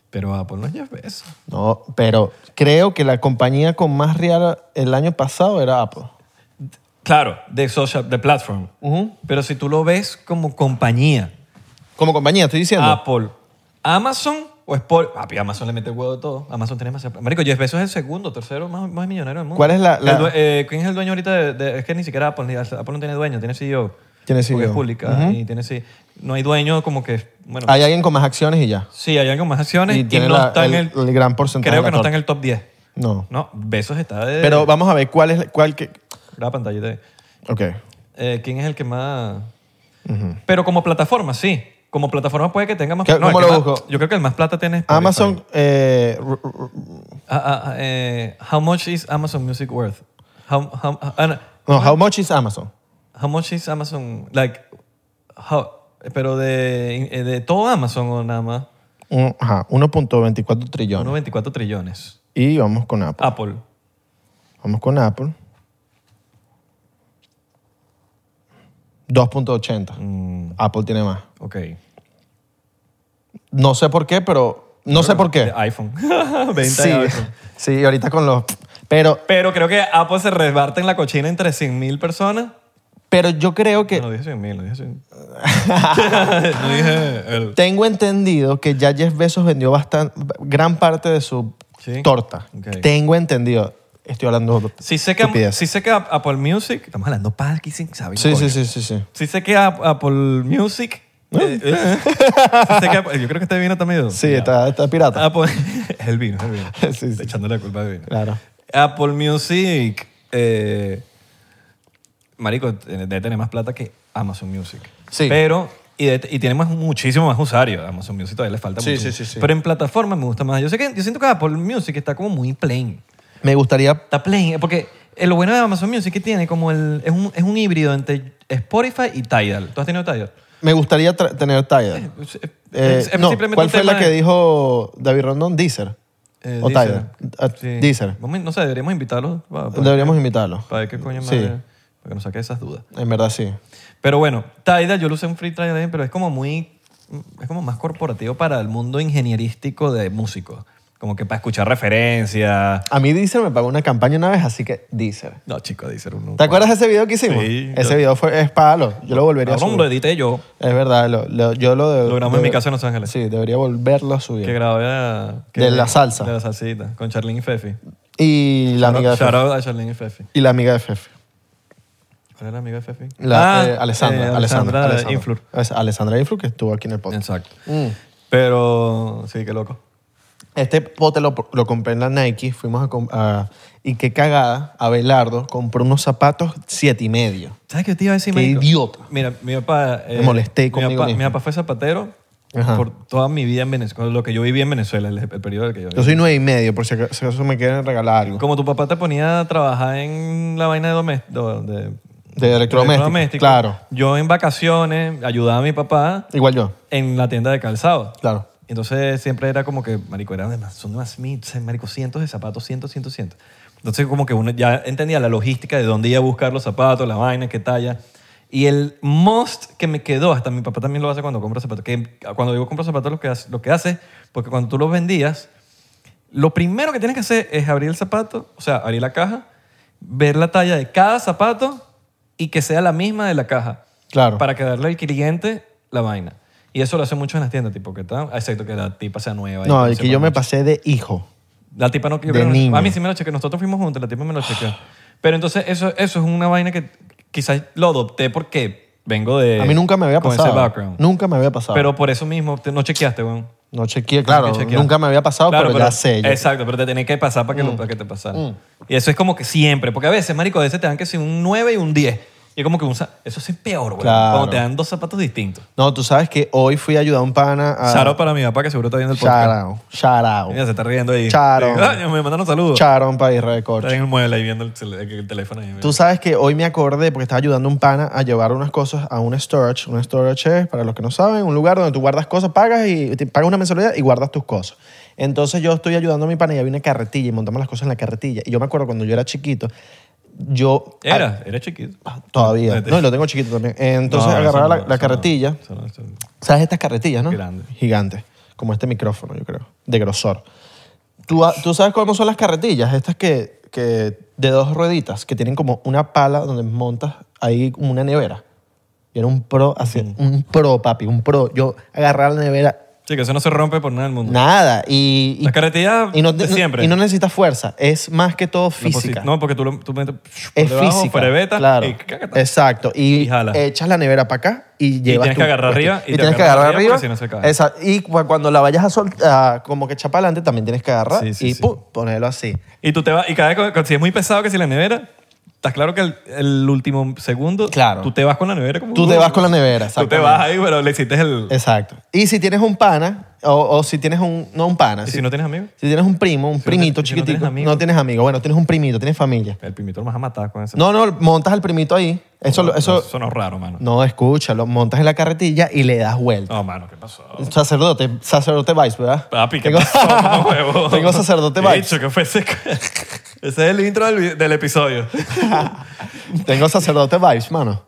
[SPEAKER 2] pero Apple no es Jeff Bezos.
[SPEAKER 1] No, pero creo que la compañía con más real el año pasado era Apple.
[SPEAKER 2] Claro, de social, de platform. Pero si tú lo ves como compañía,
[SPEAKER 1] Como compañía, estoy diciendo.
[SPEAKER 2] Apple, Amazon o Spotify. Papi, Amazon le mete huevo de todo. Amazon tiene demasiado. Marico, Jeff Bezos es el segundo, tercero más, más millonario del mundo.
[SPEAKER 1] ¿Cuál es la- la-
[SPEAKER 2] El due- eh, ¿Quién es el dueño ahorita? De, de- es que ni siquiera Apple, ni- Apple no tiene dueño, tiene CEO.
[SPEAKER 1] Tiene E
[SPEAKER 2] Porque
[SPEAKER 1] CEO.
[SPEAKER 2] es pública y tiene CEO. No hay dueño como que. Bueno,
[SPEAKER 1] Hay alguien con más acciones y ya.
[SPEAKER 2] sí, hay algo más acciones
[SPEAKER 1] Y
[SPEAKER 2] y,
[SPEAKER 1] tiene
[SPEAKER 2] no
[SPEAKER 1] la-
[SPEAKER 2] está
[SPEAKER 1] el-
[SPEAKER 2] en el.
[SPEAKER 1] el gran porcentaje
[SPEAKER 2] Creo
[SPEAKER 1] de la
[SPEAKER 2] que no
[SPEAKER 1] torta.
[SPEAKER 2] está en el top 10.
[SPEAKER 1] No.
[SPEAKER 2] No, Bezos está de.
[SPEAKER 1] Pero vamos a ver cuál es cuál que.
[SPEAKER 2] La pantalla de.
[SPEAKER 1] Ok.
[SPEAKER 2] Eh, ¿Quién es el que más.? Pero como plataforma, sí. Como plataforma puede que tenga más.
[SPEAKER 1] ¿Qué-
[SPEAKER 2] el
[SPEAKER 1] cómo
[SPEAKER 2] que
[SPEAKER 1] lo
[SPEAKER 2] más-
[SPEAKER 1] busco?
[SPEAKER 2] yo creo que el más plata tiene. pues, es Spotify.
[SPEAKER 1] Amazon. eh, r- r-
[SPEAKER 2] Ah, ah, ah, eh, how much is Amazon Music worth? How, how, ah, no.
[SPEAKER 1] no, how much is Amazon?
[SPEAKER 2] How much is Amazon? Like, how- pero de, eh, de todo Amazon o nada más.
[SPEAKER 1] Un- ajá, 1.24 trillones.
[SPEAKER 2] 1.24 trillones.
[SPEAKER 1] Y vamos con Apple.
[SPEAKER 2] Apple.
[SPEAKER 1] Vamos con Apple. 2.80.
[SPEAKER 2] Mm,
[SPEAKER 1] Apple tiene más.
[SPEAKER 2] ok.
[SPEAKER 1] No sé por qué, pero. No sé por
[SPEAKER 2] De
[SPEAKER 1] qué.
[SPEAKER 2] iPhone. *laughs* 20
[SPEAKER 1] Sí,
[SPEAKER 2] iPhone.
[SPEAKER 1] sí, ahorita con los. Pero,
[SPEAKER 2] Pero creo que Apple se resbarte en la cochina entre 100.000 personas.
[SPEAKER 1] pero yo creo que.
[SPEAKER 2] No, dije 100.000, no dije 100. no dije el...
[SPEAKER 1] Tengo entendido que ya Jeff Bezos vendió bastan- gran parte de su
[SPEAKER 2] Sí.
[SPEAKER 1] torta.
[SPEAKER 2] Ok.
[SPEAKER 1] Tengo entendido. estoy hablando
[SPEAKER 2] Si sé que,
[SPEAKER 1] estupidez.
[SPEAKER 2] si sé que Ap- Apple Music... Estamos hablando para aquí sin saber.
[SPEAKER 1] Sí,
[SPEAKER 2] coño.
[SPEAKER 1] sí, sí, sí, sí.
[SPEAKER 2] Si sé que Ap- Apple Music... eh, eh, si sé que Apple- yo creo que este vino está medio...
[SPEAKER 1] Ah. Sí, está, está pirata.
[SPEAKER 2] Apple, Ah, pues, *laughs* es el vino, es el vino.
[SPEAKER 1] *laughs* Sí, sí.
[SPEAKER 2] Está Echándole la culpa al vino.
[SPEAKER 1] Claro.
[SPEAKER 2] Apple Music. eh, marico, eh, debe tener más plata que Amazon Music.
[SPEAKER 1] Sí.
[SPEAKER 2] Pero, y, de- y tiene más, muchísimo más usuarios. Amazon Music todavía le falta
[SPEAKER 1] Sí,
[SPEAKER 2] mucho.
[SPEAKER 1] sí, sí, sí.
[SPEAKER 2] Pero en plataformas me gusta más. Yo, sé que, yo siento que Apple Music está como muy plain.
[SPEAKER 1] Me gustaría...
[SPEAKER 2] Está plain, eh, porque eh, lo bueno de Amazon Music es que tiene como el... Es un, es un híbrido entre Spotify y Tidal. ¿Tú has tenido Tidal?
[SPEAKER 1] Me gustaría tra- tener Tidal.
[SPEAKER 2] Es- es-
[SPEAKER 1] Eh,
[SPEAKER 2] es- es
[SPEAKER 1] no,
[SPEAKER 2] simplemente
[SPEAKER 1] ¿cuál
[SPEAKER 2] un
[SPEAKER 1] fue la
[SPEAKER 2] tema
[SPEAKER 1] que
[SPEAKER 2] de-
[SPEAKER 1] dijo David Rondón? Deezer.
[SPEAKER 2] eh,
[SPEAKER 1] o
[SPEAKER 2] Deezer.
[SPEAKER 1] Tidal. Ah,
[SPEAKER 2] Sí.
[SPEAKER 1] Deezer.
[SPEAKER 2] Vamos- No sé, deberíamos invitarlos. pa- pa-
[SPEAKER 1] Deberíamos invitarlo.
[SPEAKER 2] Para ver qué coño más.
[SPEAKER 1] Sí.
[SPEAKER 2] Para que nos saque esas dudas.
[SPEAKER 1] En verdad, sí.
[SPEAKER 2] Pero bueno, Tidal, yo lo usé en Free Trial, pero es como muy. Es como más corporativo para el mundo ingenierístico de músicos. Como que para escuchar referencias.
[SPEAKER 1] A mí Deezer me pagó una campaña una vez, así que Deezer.
[SPEAKER 2] No, chico, dice uno.
[SPEAKER 1] ¿Te acuerdas de ese video que hicimos?
[SPEAKER 2] Sí,
[SPEAKER 1] ese
[SPEAKER 2] yo-
[SPEAKER 1] video fue, es palo. Yo lo volvería a
[SPEAKER 2] Cabrón, lo
[SPEAKER 1] subir.
[SPEAKER 2] edité yo,
[SPEAKER 1] Es verdad, lo, lo- yo lo... de-
[SPEAKER 2] Lo grabamos en
[SPEAKER 1] de-
[SPEAKER 2] mi casa en Los Ángeles.
[SPEAKER 1] Sí, debería volverlo a subir.
[SPEAKER 2] que grabé. a- que-
[SPEAKER 1] De la salsa.
[SPEAKER 2] De la salsita, con Charlene y Fefi.
[SPEAKER 1] Y la amiga de
[SPEAKER 2] Shout
[SPEAKER 1] Fefe.
[SPEAKER 2] out a Charlene y Fefi.
[SPEAKER 1] Y la amiga de Fefe.
[SPEAKER 2] ¿Cuál era la amiga de Fefi?
[SPEAKER 1] La,
[SPEAKER 2] Ah,
[SPEAKER 1] eh, Alessandra,
[SPEAKER 2] eh,
[SPEAKER 1] Alessandra, Alessandra.
[SPEAKER 2] Influr.
[SPEAKER 1] Es Alessandra Influr que estuvo aquí en el podcast.
[SPEAKER 2] Exacto.
[SPEAKER 1] Mm.
[SPEAKER 2] Pero sí, qué loco.
[SPEAKER 1] Este pote lo, lo compré en la Nike, fuimos a, com- a- Y qué cagada, Abelardo compró unos zapatos siete y medio.
[SPEAKER 2] ¿Sabes qué te iba a decir,
[SPEAKER 1] Qué
[SPEAKER 2] marico?
[SPEAKER 1] idiota.
[SPEAKER 2] Mira, mi papá... eh,
[SPEAKER 1] Me molesté
[SPEAKER 2] mi
[SPEAKER 1] conmigo
[SPEAKER 2] papá-
[SPEAKER 1] mismo.
[SPEAKER 2] Mi papá fue zapatero
[SPEAKER 1] Ajá.
[SPEAKER 2] por toda mi vida en Venezuela, lo que yo viví en Venezuela, el, el periodo en el que yo viví.
[SPEAKER 1] Yo soy nueve y medio, por si acaso si acaso me quieren regalar algo.
[SPEAKER 2] Como tu papá te ponía a trabajar en la vaina de, domés- do- de,
[SPEAKER 1] De electrodoméstico, claro.
[SPEAKER 2] Yo en vacaciones ayudaba a mi papá
[SPEAKER 1] Igual yo,
[SPEAKER 2] en la tienda de calzado.
[SPEAKER 1] claro.
[SPEAKER 2] Entonces siempre era como que, marico, eran demás, son demás, mil, se- marico, cientos de zapatos, cientos, cientos, cientos. Entonces como que uno ya entendía la logística de dónde iba a buscar los zapatos, la vaina, qué talla. Y el most que me quedó, hasta mi papá también lo hace cuando compra zapatos, que cuando digo compro zapatos lo que hace, lo que hace porque cuando tú los vendías, lo primero que tienes que hacer es abrir el zapato, o sea, abrir la caja, ver la talla de cada zapato y que sea la misma de la caja.
[SPEAKER 1] Claro.
[SPEAKER 2] Para que darle al cliente la vaina. Y eso lo hacen mucho en las tiendas, tipo que tal, excepto que la tipa sea nueva. y
[SPEAKER 1] No,
[SPEAKER 2] no
[SPEAKER 1] el
[SPEAKER 2] sepa
[SPEAKER 1] que yo me
[SPEAKER 2] mucho.
[SPEAKER 1] pasé de hijo.
[SPEAKER 2] La tipa no... yo
[SPEAKER 1] de
[SPEAKER 2] creo que-
[SPEAKER 1] niño.
[SPEAKER 2] A mí sí me lo chequeó. Nosotros fuimos juntos, la tipa me lo chequeó. Pero entonces eso, eso es una vaina que quizás lo adopté porque vengo de...
[SPEAKER 1] A mí nunca me había
[SPEAKER 2] Eh, con
[SPEAKER 1] pasado.
[SPEAKER 2] ese background.
[SPEAKER 1] Nunca me había pasado.
[SPEAKER 2] Pero por eso mismo te- no chequeaste, weón.
[SPEAKER 1] no chequeé, claro,
[SPEAKER 2] Hay que chequear.
[SPEAKER 1] nunca me había pasado,
[SPEAKER 2] Claro,
[SPEAKER 1] pero, ya sé. yo. Mm.
[SPEAKER 2] Exacto, pero te tenés que pasar para que, lo- para que te pasara. Y eso es como que siempre, porque a veces, marico, a veces te dan que si un 9 y un 10. Y es como que un, za- eso es peor, güey.
[SPEAKER 1] Claro.
[SPEAKER 2] Cuando te dan dos zapatos distintos.
[SPEAKER 1] No, tú sabes que hoy fui a ayudar a un pana a...
[SPEAKER 2] Charo para mi papá, que seguro está viendo el podcast.
[SPEAKER 1] Charao, charao.
[SPEAKER 2] Mira, se está riendo ahí.
[SPEAKER 1] Charo.
[SPEAKER 2] Ay, me mandaron saludos.
[SPEAKER 1] Charón para ir de
[SPEAKER 2] Está
[SPEAKER 1] corcho.
[SPEAKER 2] en el mueble ahí viendo el, tel- el teléfono. Ahí,
[SPEAKER 1] Tú sabes que hoy me acordé porque estaba ayudando a un pana a llevar unas cosas a un storage. Un storage es, para los que no saben, un lugar donde tú guardas cosas, pagas y te pagas una mensualidad y guardas tus cosas. Entonces yo estoy ayudando a mi pana y había una carretilla y montamos las cosas en la carretilla. Y yo me acuerdo cuando yo era chiquito, yo...
[SPEAKER 2] Era, era chiquito.
[SPEAKER 1] Ah, todavía. No, y lo tengo chiquito también. Entonces
[SPEAKER 2] No, eso
[SPEAKER 1] agarraba
[SPEAKER 2] no,
[SPEAKER 1] la,
[SPEAKER 2] eso
[SPEAKER 1] la
[SPEAKER 2] no.
[SPEAKER 1] carretilla.
[SPEAKER 2] Eso no, eso no.
[SPEAKER 1] ¿Sabes estas carretillas, no?
[SPEAKER 2] Grandes.
[SPEAKER 1] Gigantes. Como este micrófono, yo creo. De grosor. ¿Tú, ha- tú sabes cómo son las carretillas? Estas que, que de dos rueditas, que tienen como una pala donde montas ahí como una nevera. Y era un pro, así, un pro, papi, un pro. Yo agarraba la nevera,
[SPEAKER 2] Sí, que eso no se rompe por nada del mundo.
[SPEAKER 1] nada. Y, y-
[SPEAKER 2] Las carretillas
[SPEAKER 1] y no,
[SPEAKER 2] de
[SPEAKER 1] no-
[SPEAKER 2] siempre.
[SPEAKER 1] y no necesitas fuerza. Es más que todo
[SPEAKER 2] No, pues sí.
[SPEAKER 1] física.
[SPEAKER 2] No, porque tú, lo, tú metes por
[SPEAKER 1] es
[SPEAKER 2] debajo,
[SPEAKER 1] física.
[SPEAKER 2] freveta,
[SPEAKER 1] claro.
[SPEAKER 2] y cácata.
[SPEAKER 1] Exacto. Y,
[SPEAKER 2] Y jala.
[SPEAKER 1] echas la nevera para acá y llevas.
[SPEAKER 2] tienes
[SPEAKER 1] tu
[SPEAKER 2] que agarrar
[SPEAKER 1] cuestión.
[SPEAKER 2] arriba, y
[SPEAKER 1] Y,
[SPEAKER 2] te
[SPEAKER 1] tienes que
[SPEAKER 2] agarras
[SPEAKER 1] agarrar
[SPEAKER 2] arriba
[SPEAKER 1] arriba.
[SPEAKER 2] porque si no se cae.
[SPEAKER 1] Esa- Y cu- cuando la vayas a soltar, como que echa para adelante, también tienes que agarrar
[SPEAKER 2] Sí, sí,
[SPEAKER 1] y
[SPEAKER 2] sí.
[SPEAKER 1] ¡pum! ponerlo así.
[SPEAKER 2] Y tú te vas, y cada vez que- si es muy pesado que si la nevera, estás claro que el, el último segundo,
[SPEAKER 1] Claro.
[SPEAKER 2] tú te vas con la nevera como
[SPEAKER 1] Tú te vas con la nevera,
[SPEAKER 2] Tú te
[SPEAKER 1] exactamente. Eh,
[SPEAKER 2] vas ahí, pero le hiciste el.
[SPEAKER 1] Exacto. Y si tienes un pana, o, o si tienes un. No un pana.
[SPEAKER 2] ¿Y
[SPEAKER 1] Si,
[SPEAKER 2] si no tienes amigos?
[SPEAKER 1] si tienes un primo, un
[SPEAKER 2] te-
[SPEAKER 1] primito
[SPEAKER 2] si no tienes
[SPEAKER 1] chiquitico. No tienes,
[SPEAKER 2] amigos.
[SPEAKER 1] amigo. Bueno, tienes un primito, tienes familia.
[SPEAKER 2] El primito lo vas a matar con eso.
[SPEAKER 1] No, no, montas al primito ahí. Eso. lo- eso Mm.
[SPEAKER 2] Eso no es raro, mano.
[SPEAKER 1] no, escúchalo. Montas en la carretilla y le das vuelta.
[SPEAKER 2] No, mano, ¿qué pasó?
[SPEAKER 1] Sacerdote, sacerdote Vice, ¿verdad?
[SPEAKER 2] Papi, ¿qué
[SPEAKER 1] Tengo- *laughs*
[SPEAKER 2] pasó? mamá huevo?
[SPEAKER 1] Tengo sacerdote
[SPEAKER 2] He
[SPEAKER 1] Vice.
[SPEAKER 2] dicho que *laughs* fue ese. ese es el intro del, vi- del episodio.
[SPEAKER 1] Tengo sacerdote Vibes, mano.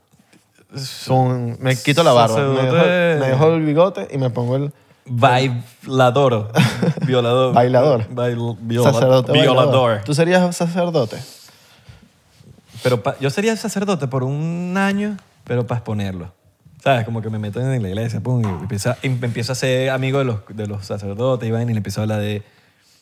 [SPEAKER 1] Con- me quito la barba. Me dejo,
[SPEAKER 2] Sacerdote-
[SPEAKER 1] me dejo el bigote y me pongo el
[SPEAKER 2] Bailador.
[SPEAKER 1] *laughs*
[SPEAKER 2] Violador.
[SPEAKER 1] Bailador.
[SPEAKER 2] Bail- viola-
[SPEAKER 1] sacerdote
[SPEAKER 2] violador.
[SPEAKER 1] bailador. ¿Tú serías sacerdote?
[SPEAKER 2] Pero pa- yo sería sacerdote por un año, pero para exponerlo. ¿Sabes? Como que me meto en la iglesia pum, y empiezo, y me empiezo a ser amigo de los, de los sacerdotes y, van, y le empiezo a hablar de...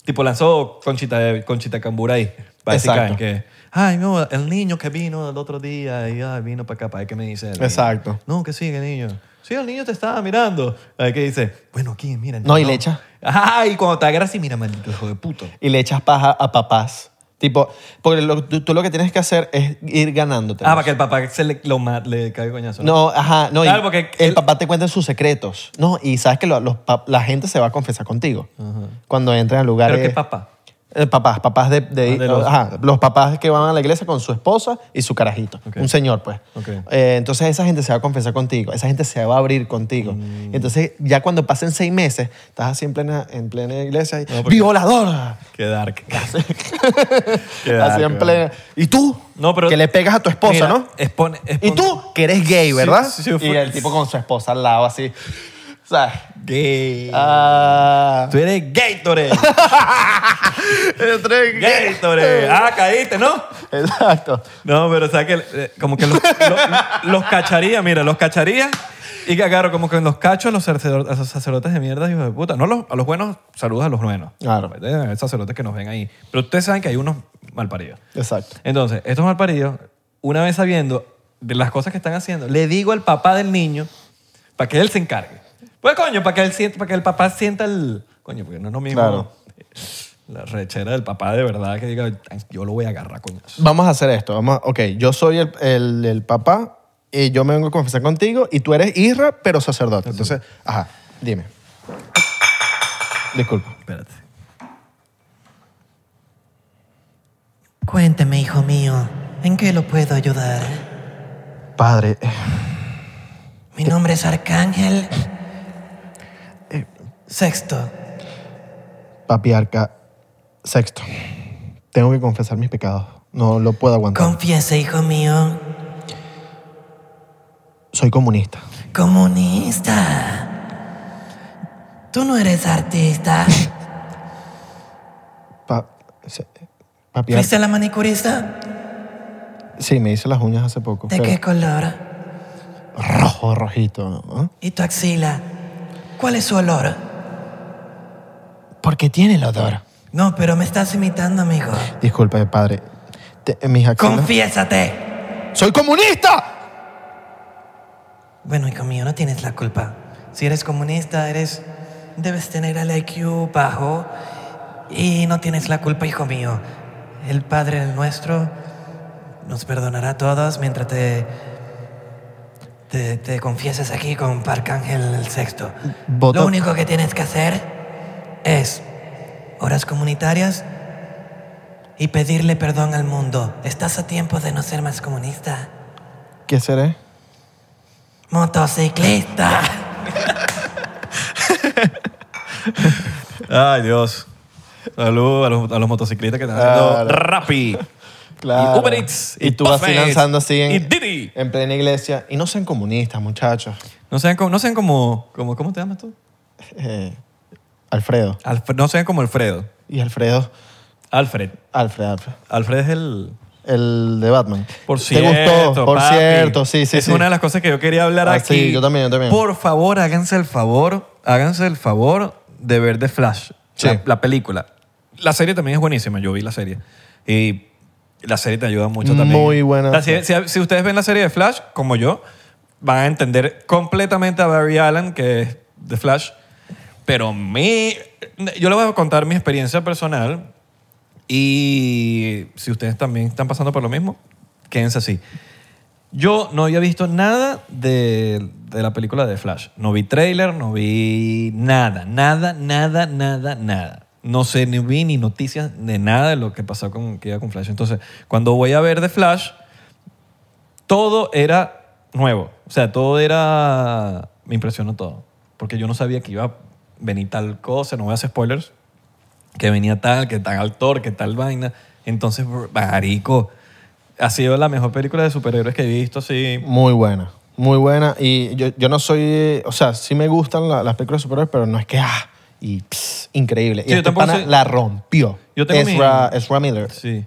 [SPEAKER 2] Tipo lanzó Conchita, de- Conchita Cambura ahí. Para decir
[SPEAKER 1] Exacto.
[SPEAKER 2] que, ay, no, el niño que vino el otro día y ay, vino para acá, para ver qué me dice. el niño?"
[SPEAKER 1] Exacto.
[SPEAKER 2] No, que sí, que niño. Sí, el niño te estaba mirando. Ay, ¿Qué dice? Bueno, aquí, mira.
[SPEAKER 1] No, y le echa.
[SPEAKER 2] Ay, cuando te agarra así, mira, maldito hijo de puto.
[SPEAKER 1] Y le echas paja a papás. Tipo, porque lo- tú, tú lo que tienes que hacer es ir ganándote.
[SPEAKER 2] Ah, para que el papá se le, lo, ma- le caiga coñazo.
[SPEAKER 1] No, ajá, no. y
[SPEAKER 2] Claro, porque
[SPEAKER 1] el
[SPEAKER 2] él-
[SPEAKER 1] papá te cuenta sus secretos. No, y sabes que lo- los pa- la gente se va a confesar contigo cuando entren a lugares.
[SPEAKER 2] Pero qué papá.
[SPEAKER 1] Eh, papás, papás de, de-
[SPEAKER 2] Ah, de los-
[SPEAKER 1] ajá, los papás que van a la iglesia con su esposa y su carajito,
[SPEAKER 2] Ok.
[SPEAKER 1] un señor pues.
[SPEAKER 2] Ok.
[SPEAKER 1] Eh, entonces esa gente se va a confesar contigo, esa gente se va a abrir contigo.
[SPEAKER 2] Mm.
[SPEAKER 1] Entonces ya cuando pasen seis meses, estás así en plena, en plena iglesia y
[SPEAKER 2] No, porque-
[SPEAKER 1] ¡violadora! *laughs*
[SPEAKER 2] Qué dark. *laughs* Qué
[SPEAKER 1] Así
[SPEAKER 2] dark,
[SPEAKER 1] en
[SPEAKER 2] weón.
[SPEAKER 1] plena. ¿Y tú?
[SPEAKER 2] No, pero-
[SPEAKER 1] Que le pegas a tu esposa,
[SPEAKER 2] Mira,
[SPEAKER 1] ¿no?
[SPEAKER 2] expone-
[SPEAKER 1] ¿Y
[SPEAKER 2] expone-
[SPEAKER 1] tú? Que eres gay, ¿verdad?
[SPEAKER 2] Sí, sí, sí, fue-
[SPEAKER 1] y el tipo con su esposa al lado así, ¿sabes?
[SPEAKER 2] Gay.
[SPEAKER 1] Ah.
[SPEAKER 2] *laughs* Tú
[SPEAKER 1] *laughs*
[SPEAKER 2] eres Gatorade.
[SPEAKER 1] Eres gay.
[SPEAKER 2] Gatorade. Ah, caíste, ¿no?
[SPEAKER 1] Exacto.
[SPEAKER 2] No, pero o sea que eh, como que los, lo- los cacharía, mira, los cacharía y que agarro como que en los cachos los sacerdo- a los sacerdotes de mierda, hijos de puta. No los- a los buenos, saludos a los buenos.
[SPEAKER 1] Claro.
[SPEAKER 2] Deben haber sacerdotes que nos ven ahí. Pero ustedes saben que hay unos malparidos.
[SPEAKER 1] Exacto.
[SPEAKER 2] Entonces, estos malparidos, una vez sabiendo de las cosas que están haciendo, le digo al papá del niño para que él se encargue. Pues coño, para que él sienta, para que el papá sienta el coño, porque no es lo mismo.
[SPEAKER 1] Claro.
[SPEAKER 2] La rechera del papá de verdad que diga, yo lo voy a agarrar, coño.
[SPEAKER 1] Vamos a hacer esto. Vamos a- ok, yo soy el, el- el papá y yo me vengo a confesar contigo y tú eres Isra, pero sacerdote. Entonces, ajá, dime. Disculpa.
[SPEAKER 2] Espérate.
[SPEAKER 4] Cuénteme, hijo mío, ¿en qué lo puedo ayudar?
[SPEAKER 1] Padre,
[SPEAKER 4] Mi nombre es Arcángel. Sexto.
[SPEAKER 1] papiarca, sexto. Tengo que confesar mis pecados. No lo puedo aguantar.
[SPEAKER 4] Confiese, hijo mío.
[SPEAKER 1] Soy comunista.
[SPEAKER 4] Comunista. Tú no eres artista.
[SPEAKER 1] Pa- se- papiarca.
[SPEAKER 4] ¿Fuiste la manicurista?
[SPEAKER 1] Sí, me hice las uñas hace poco.
[SPEAKER 4] ¿De
[SPEAKER 1] pero
[SPEAKER 4] qué color?
[SPEAKER 1] Rojo, rojito. ¿no?
[SPEAKER 4] ¿Y tu axila? ¿Cuál es su olor?
[SPEAKER 1] ¿Por qué tiene el odor?
[SPEAKER 4] No, pero me estás imitando, amigo.
[SPEAKER 1] Disculpe, padre. Te- eh, mis axilas-
[SPEAKER 4] Confiésate.
[SPEAKER 1] ¡Soy comunista!
[SPEAKER 4] Bueno, hijo mío, no tienes la culpa. Si eres comunista, eres. Debes tener el IQ bajo. Y no tienes la culpa, hijo mío. El Padre el nuestro nos perdonará a todos mientras te. Te, te confieses aquí con Parcángel el Sexto.
[SPEAKER 1] Voto-
[SPEAKER 4] Lo único que tienes que hacer es horas comunitarias y pedirle perdón al mundo. Estás a tiempo de no ser más comunista.
[SPEAKER 1] ¿Qué eh? seré?
[SPEAKER 4] Motociclista.
[SPEAKER 2] Ay, Dios. Salud a los, a los motociclistas que están haciendo
[SPEAKER 1] Claro.
[SPEAKER 2] Rappi. Y Uber Eats.
[SPEAKER 1] Y tú así
[SPEAKER 2] Postmates,
[SPEAKER 1] lanzando así
[SPEAKER 2] Y
[SPEAKER 1] en,
[SPEAKER 2] Didi.
[SPEAKER 1] en plena iglesia. Y no sean comunistas, muchachos.
[SPEAKER 2] No sean como, no sean como, como ¿cómo te llamas tú?
[SPEAKER 1] Eh, Alfredo.
[SPEAKER 2] Alfre- no sean como Alfredo.
[SPEAKER 1] Y Alfredo.
[SPEAKER 2] Alfred.
[SPEAKER 1] Alfred, Alfred.
[SPEAKER 2] Alfred es el...
[SPEAKER 1] El de Batman.
[SPEAKER 2] Por
[SPEAKER 1] ¿Te
[SPEAKER 2] cierto,
[SPEAKER 1] gustó? Por
[SPEAKER 2] papi.
[SPEAKER 1] cierto, sí, sí,
[SPEAKER 2] Es
[SPEAKER 1] sí.
[SPEAKER 2] una de las cosas que yo quería hablar
[SPEAKER 1] Ah,
[SPEAKER 2] aquí.
[SPEAKER 1] sí, yo también, yo también.
[SPEAKER 2] Por favor, háganse el favor, háganse el favor de ver The Flash,
[SPEAKER 1] Sí.
[SPEAKER 2] la, la película. La serie también es buenísima, yo vi la serie. Y la serie te ayuda mucho también.
[SPEAKER 1] Muy buena.
[SPEAKER 2] La serie- si, si ustedes ven la serie de Flash, como yo, van a entender completamente a Barry Allen, que es The Flash. Pero mi, yo les voy a contar mi experiencia personal y si ustedes también están pasando por lo mismo, quédense así. Yo no había visto nada de, de la película de Flash. No vi trailer, no vi nada, nada, nada, nada, nada. No sé, ni vi ni noticias de nada de lo que pasó con, que iba con Flash. Entonces, cuando voy a ver de Flash, todo era nuevo. O sea, todo era... Me impresionó todo. Porque yo no sabía que iba a venir tal cosa, no voy a hacer spoilers, que venía tal, que tal actor, que tal vaina. Entonces, br- marico, ha sido la mejor película de superhéroes que he visto, sí.
[SPEAKER 1] Muy buena. Muy buena. Y yo, yo no soy. O sea, sí me gustan la- las películas de superhéroes, pero no es que. ¡Ah! Y pss, increíble.
[SPEAKER 2] Sí,
[SPEAKER 1] y
[SPEAKER 2] yo
[SPEAKER 1] este
[SPEAKER 2] tampoco
[SPEAKER 1] pana
[SPEAKER 2] soy-
[SPEAKER 1] la rompió.
[SPEAKER 2] Yo tengo mi-
[SPEAKER 1] Ezra, Ezra Miller.
[SPEAKER 2] Sí,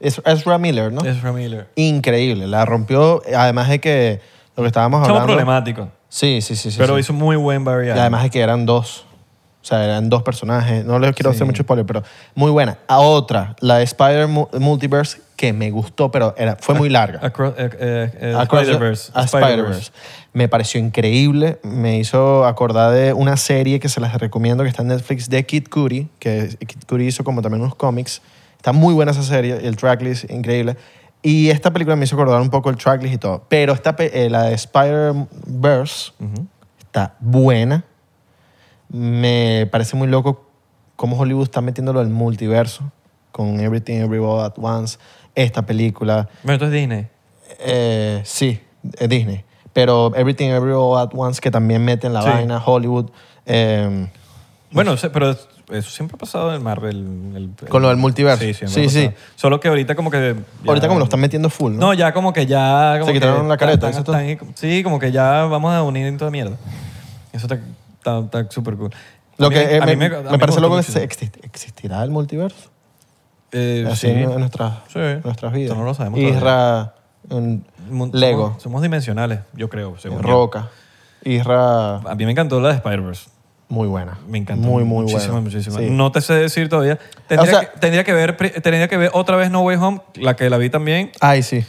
[SPEAKER 1] Es- Ezra Miller, ¿no?
[SPEAKER 2] es Miller.
[SPEAKER 1] Increíble. La rompió. Además de que lo que estábamos
[SPEAKER 2] Chamo
[SPEAKER 1] hablando.
[SPEAKER 2] problemático,
[SPEAKER 1] Sí, sí, sí. sí
[SPEAKER 2] pero
[SPEAKER 1] sí.
[SPEAKER 2] hizo muy buen
[SPEAKER 1] Y
[SPEAKER 2] variedad.
[SPEAKER 1] además de que eran dos. O sea, eran dos personajes. No les quiero
[SPEAKER 2] Sí.
[SPEAKER 1] hacer mucho spoiler, pero muy buena. A otra, la de Spider Mu- Multiverse, que me gustó, pero era, fue muy larga.
[SPEAKER 2] Across, eh, eh, eh,
[SPEAKER 1] Across the-
[SPEAKER 2] Spider-Verse.
[SPEAKER 1] a Spider-Verse. Me pareció increíble. Me hizo acordar de una serie que se las recomiendo que está en Netflix de Kid Cudi, que Kid Cudi hizo como también unos cómics. Está muy buena esa serie, el tracklist, increíble. Y esta película me hizo acordar un poco el tracklist y todo. Pero esta, pe- eh, la de Spider-Verse está buena. Me parece muy loco cómo Hollywood está metiéndolo al multiverso con Everything, Everywhere at Once. Esta película.
[SPEAKER 2] Bueno, esto es Disney.
[SPEAKER 1] Eh, sí, eh, Disney. Pero Everything Every All At Once, que también meten la
[SPEAKER 2] Sí.
[SPEAKER 1] vaina, Hollywood. eh,
[SPEAKER 2] Bueno, se- pero eso siempre ha pasado en Marvel. el- el-
[SPEAKER 1] Con lo del multiverso.
[SPEAKER 2] Sí, siempre
[SPEAKER 1] Sí,
[SPEAKER 2] ha pasado. Solo que ahorita como que... ya-
[SPEAKER 1] ahorita como lo están metiendo full, ¿no?
[SPEAKER 2] No, ya como que ya... Como
[SPEAKER 1] Se quitaron
[SPEAKER 2] que
[SPEAKER 1] la careta,
[SPEAKER 2] tan-
[SPEAKER 1] ¿dices tú?
[SPEAKER 2] tan- sí, como que ya vamos a unir en toda mierda. Eso está- está está súper cool.
[SPEAKER 1] lo
[SPEAKER 2] A mí-
[SPEAKER 1] que eh,
[SPEAKER 2] a
[SPEAKER 1] me,
[SPEAKER 2] mí a
[SPEAKER 1] me
[SPEAKER 2] mí me
[SPEAKER 1] parece
[SPEAKER 2] gustó
[SPEAKER 1] loco que
[SPEAKER 2] mucho.
[SPEAKER 1] se exist- existirá el multiverso.
[SPEAKER 2] Eh,
[SPEAKER 1] Así
[SPEAKER 2] sí.
[SPEAKER 1] en, en nuestras,
[SPEAKER 2] Sí.
[SPEAKER 1] nuestras vidas.
[SPEAKER 2] Eso no lo sabemos
[SPEAKER 1] Isra, en
[SPEAKER 2] Mon-
[SPEAKER 1] Lego,
[SPEAKER 2] Somos, somos dimensionales, yo creo, según yo.
[SPEAKER 1] Roca. Isra,
[SPEAKER 2] A mí me encantó la de Spider-Verse.
[SPEAKER 1] muy buena.
[SPEAKER 2] Me encantó.
[SPEAKER 1] Muy, muy
[SPEAKER 2] muchísimo,
[SPEAKER 1] buena.
[SPEAKER 2] Muchísimo,
[SPEAKER 1] Sí.
[SPEAKER 2] No te sé decir todavía. Tendría,
[SPEAKER 1] O sea-
[SPEAKER 2] que, tendría, que ver, pri- tendría que ver otra vez No Way Home, la que la vi también,
[SPEAKER 1] Ay, sí.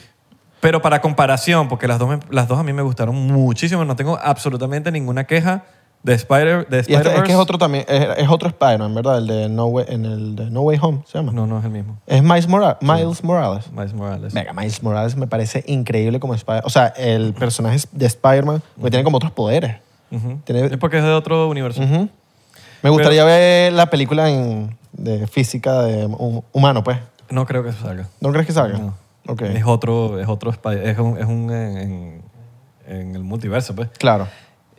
[SPEAKER 2] pero para comparación, porque las dos, me- las dos a mí me gustaron muchísimo. No tengo absolutamente ninguna queja de Spider- de
[SPEAKER 1] Y este-
[SPEAKER 2] Spider-Verse.
[SPEAKER 1] es que es otro también, es, es otro Spider-Man, ¿verdad? El de No Way, en el de no Way Home, ¿se llama?
[SPEAKER 2] No, no es el mismo.
[SPEAKER 1] Es Miles, Mora- Miles Morales.
[SPEAKER 2] Miles Morales.
[SPEAKER 1] Venga, Miles Morales me parece increíble como Spider O sea, el personaje de Spider-Man, porque tiene como otros poderes.
[SPEAKER 2] Ujú.
[SPEAKER 1] Tiene-
[SPEAKER 2] Es porque es de otro universo.
[SPEAKER 1] Ujú. Me gustaría ver la película en- de física de hu- humano, pues.
[SPEAKER 2] No creo que salga.
[SPEAKER 1] ¿No crees que salga?
[SPEAKER 2] No.
[SPEAKER 1] Ok.
[SPEAKER 2] Es otro, es otro, Spy- es un, es un en, en- en el multiverso, pues.
[SPEAKER 1] Claro.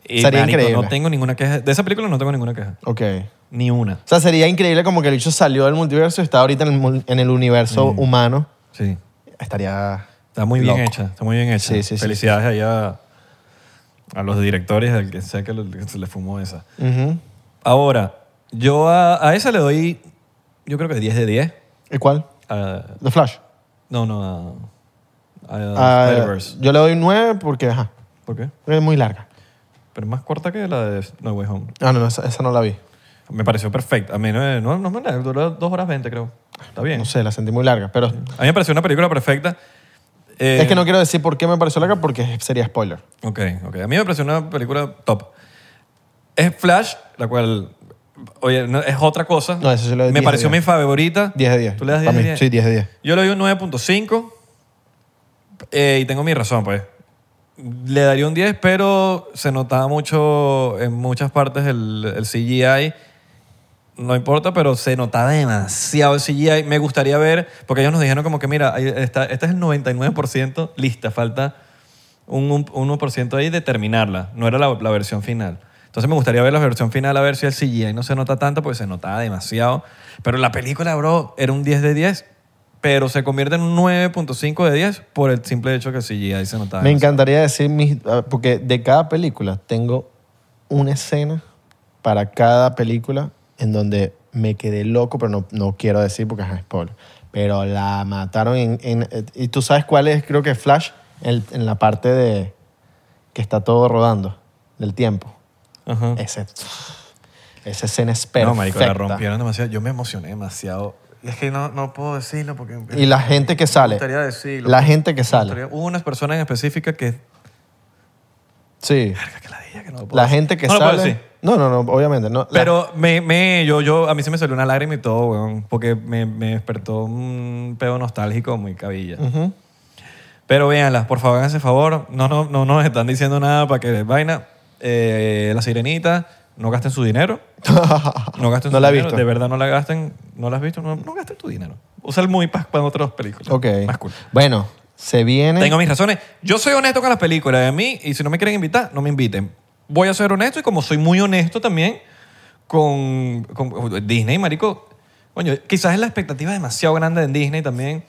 [SPEAKER 2] Y,
[SPEAKER 1] sería
[SPEAKER 2] marico,
[SPEAKER 1] increíble.
[SPEAKER 2] No tengo ninguna queja. De esa película no tengo ninguna queja.
[SPEAKER 1] Ok. O
[SPEAKER 2] Ni una.
[SPEAKER 1] sea, sería increíble como que el bicho salió del multiverso y está ahorita en el, mul- en el universo humano.
[SPEAKER 2] Sí.
[SPEAKER 1] Estaría...
[SPEAKER 2] Mm. Está muy bien
[SPEAKER 1] Loco.
[SPEAKER 2] hecha. Está muy bien hecha.
[SPEAKER 1] Sí, sí, sí,
[SPEAKER 2] Felicidades ahí a, a los directores, al que sea que lo- que se le fumó esa.
[SPEAKER 1] Ujú.
[SPEAKER 2] Ahora, yo a, a esa le doy, yo creo que 10 de 10.
[SPEAKER 1] ¿Y cuál?
[SPEAKER 2] A-
[SPEAKER 1] The Flash.
[SPEAKER 2] no, no, a, a
[SPEAKER 1] Ah,
[SPEAKER 2] Spider-Verse.
[SPEAKER 1] yo le doy 9 porque, ajá,
[SPEAKER 2] ¿Por qué?
[SPEAKER 1] es muy larga.
[SPEAKER 2] Pero es más corta que la de No Way Home.
[SPEAKER 1] Ah, no, no, esa, esa no la vi.
[SPEAKER 2] Me pareció perfecta. A mí no, no, no me la duró 2 horas 20, creo. Está bien.
[SPEAKER 1] No sé, la sentí muy larga, pero
[SPEAKER 2] A mí me pareció una película perfecta. Eh,
[SPEAKER 1] es que no quiero decir por qué me pareció larga porque sería spoiler.
[SPEAKER 2] Ok, ok. A mí me pareció una película top. Es Flash, la cual. Oye, no, es otra cosa.
[SPEAKER 1] No, eso sí lo de
[SPEAKER 2] Me
[SPEAKER 1] 10 de
[SPEAKER 2] pareció
[SPEAKER 1] 10.
[SPEAKER 2] mi favorita.
[SPEAKER 1] 10 de 10.
[SPEAKER 2] ¿Tú le das
[SPEAKER 1] Para
[SPEAKER 2] 10 de
[SPEAKER 1] mí,
[SPEAKER 2] 10?
[SPEAKER 1] Sí, 10 de 10.
[SPEAKER 2] Yo le doy un 9.5. eh, y tengo mi razón, pues. Le daría un 10, pero se notaba mucho en muchas partes el, el CGI. No importa, pero se notaba demasiado el CGI. Me gustaría ver, porque ellos nos dijeron como que, mira, ahí está, este es el 99% lista, falta un, un- un 1% ahí de terminarla. No era la, la versión final. Entonces me gustaría ver la versión final a ver si el CGI no se nota tanto porque se notaba demasiado. Pero la película, bro, era un 10 de 10, pero se convierte en un 9.5 de 10 por el simple hecho que el CGI se notaba.
[SPEAKER 1] Me
[SPEAKER 2] demasiado.
[SPEAKER 1] encantaría decir mis. ah, Porque de cada película tengo una escena para cada película en donde me quedé loco, pero no, no quiero decir porque es spoiler. Pero la mataron en, en- eh, Y tú sabes cuál es, creo que Flash, el- en la parte de. que está todo rodando, del tiempo.
[SPEAKER 2] Ajá.
[SPEAKER 1] Ese, esa escena es perfecta.
[SPEAKER 2] No, marico, la rompieron demasiado. Yo me emocioné demasiado. Es que no, no puedo decirlo porque...
[SPEAKER 1] Y la gente que sale.
[SPEAKER 2] gustaría decirlo.
[SPEAKER 1] La gente que
[SPEAKER 2] Me
[SPEAKER 1] sale.
[SPEAKER 2] gustaría- Hubo unas personas en específica que...
[SPEAKER 1] Sí.
[SPEAKER 2] que la dije, que no lo puedo
[SPEAKER 1] La
[SPEAKER 2] decir.
[SPEAKER 1] gente que
[SPEAKER 2] No lo puedo
[SPEAKER 1] sale.
[SPEAKER 2] decir.
[SPEAKER 1] No, no, no, obviamente. No, La-
[SPEAKER 2] Pero me, me, yo, yo, a mí se me salió una lágrima y todo, weón, porque me, me despertó un pedo nostálgico muy cabilla.
[SPEAKER 1] Ujú.
[SPEAKER 2] Pero véanlas, por favor, háganse favor. No, no, no nos están diciendo nada para que vaina. Eh, la sirenita, no gasten su dinero. No gasten
[SPEAKER 1] No
[SPEAKER 2] su
[SPEAKER 1] la he
[SPEAKER 2] dinero.
[SPEAKER 1] visto.
[SPEAKER 2] De verdad, no la gasten. ¿No la has visto? No, no gasten tu dinero. Usa el muy para otras películas.
[SPEAKER 1] Ok.
[SPEAKER 2] Más cool.
[SPEAKER 1] Bueno, se viene.
[SPEAKER 2] Tengo mis razones. Yo soy honesto con las películas de mí y si no me quieren invitar, no me inviten. Voy a ser honesto y como soy muy honesto también con, con Disney, marico, coño, quizás es la expectativa demasiado grande en Disney también.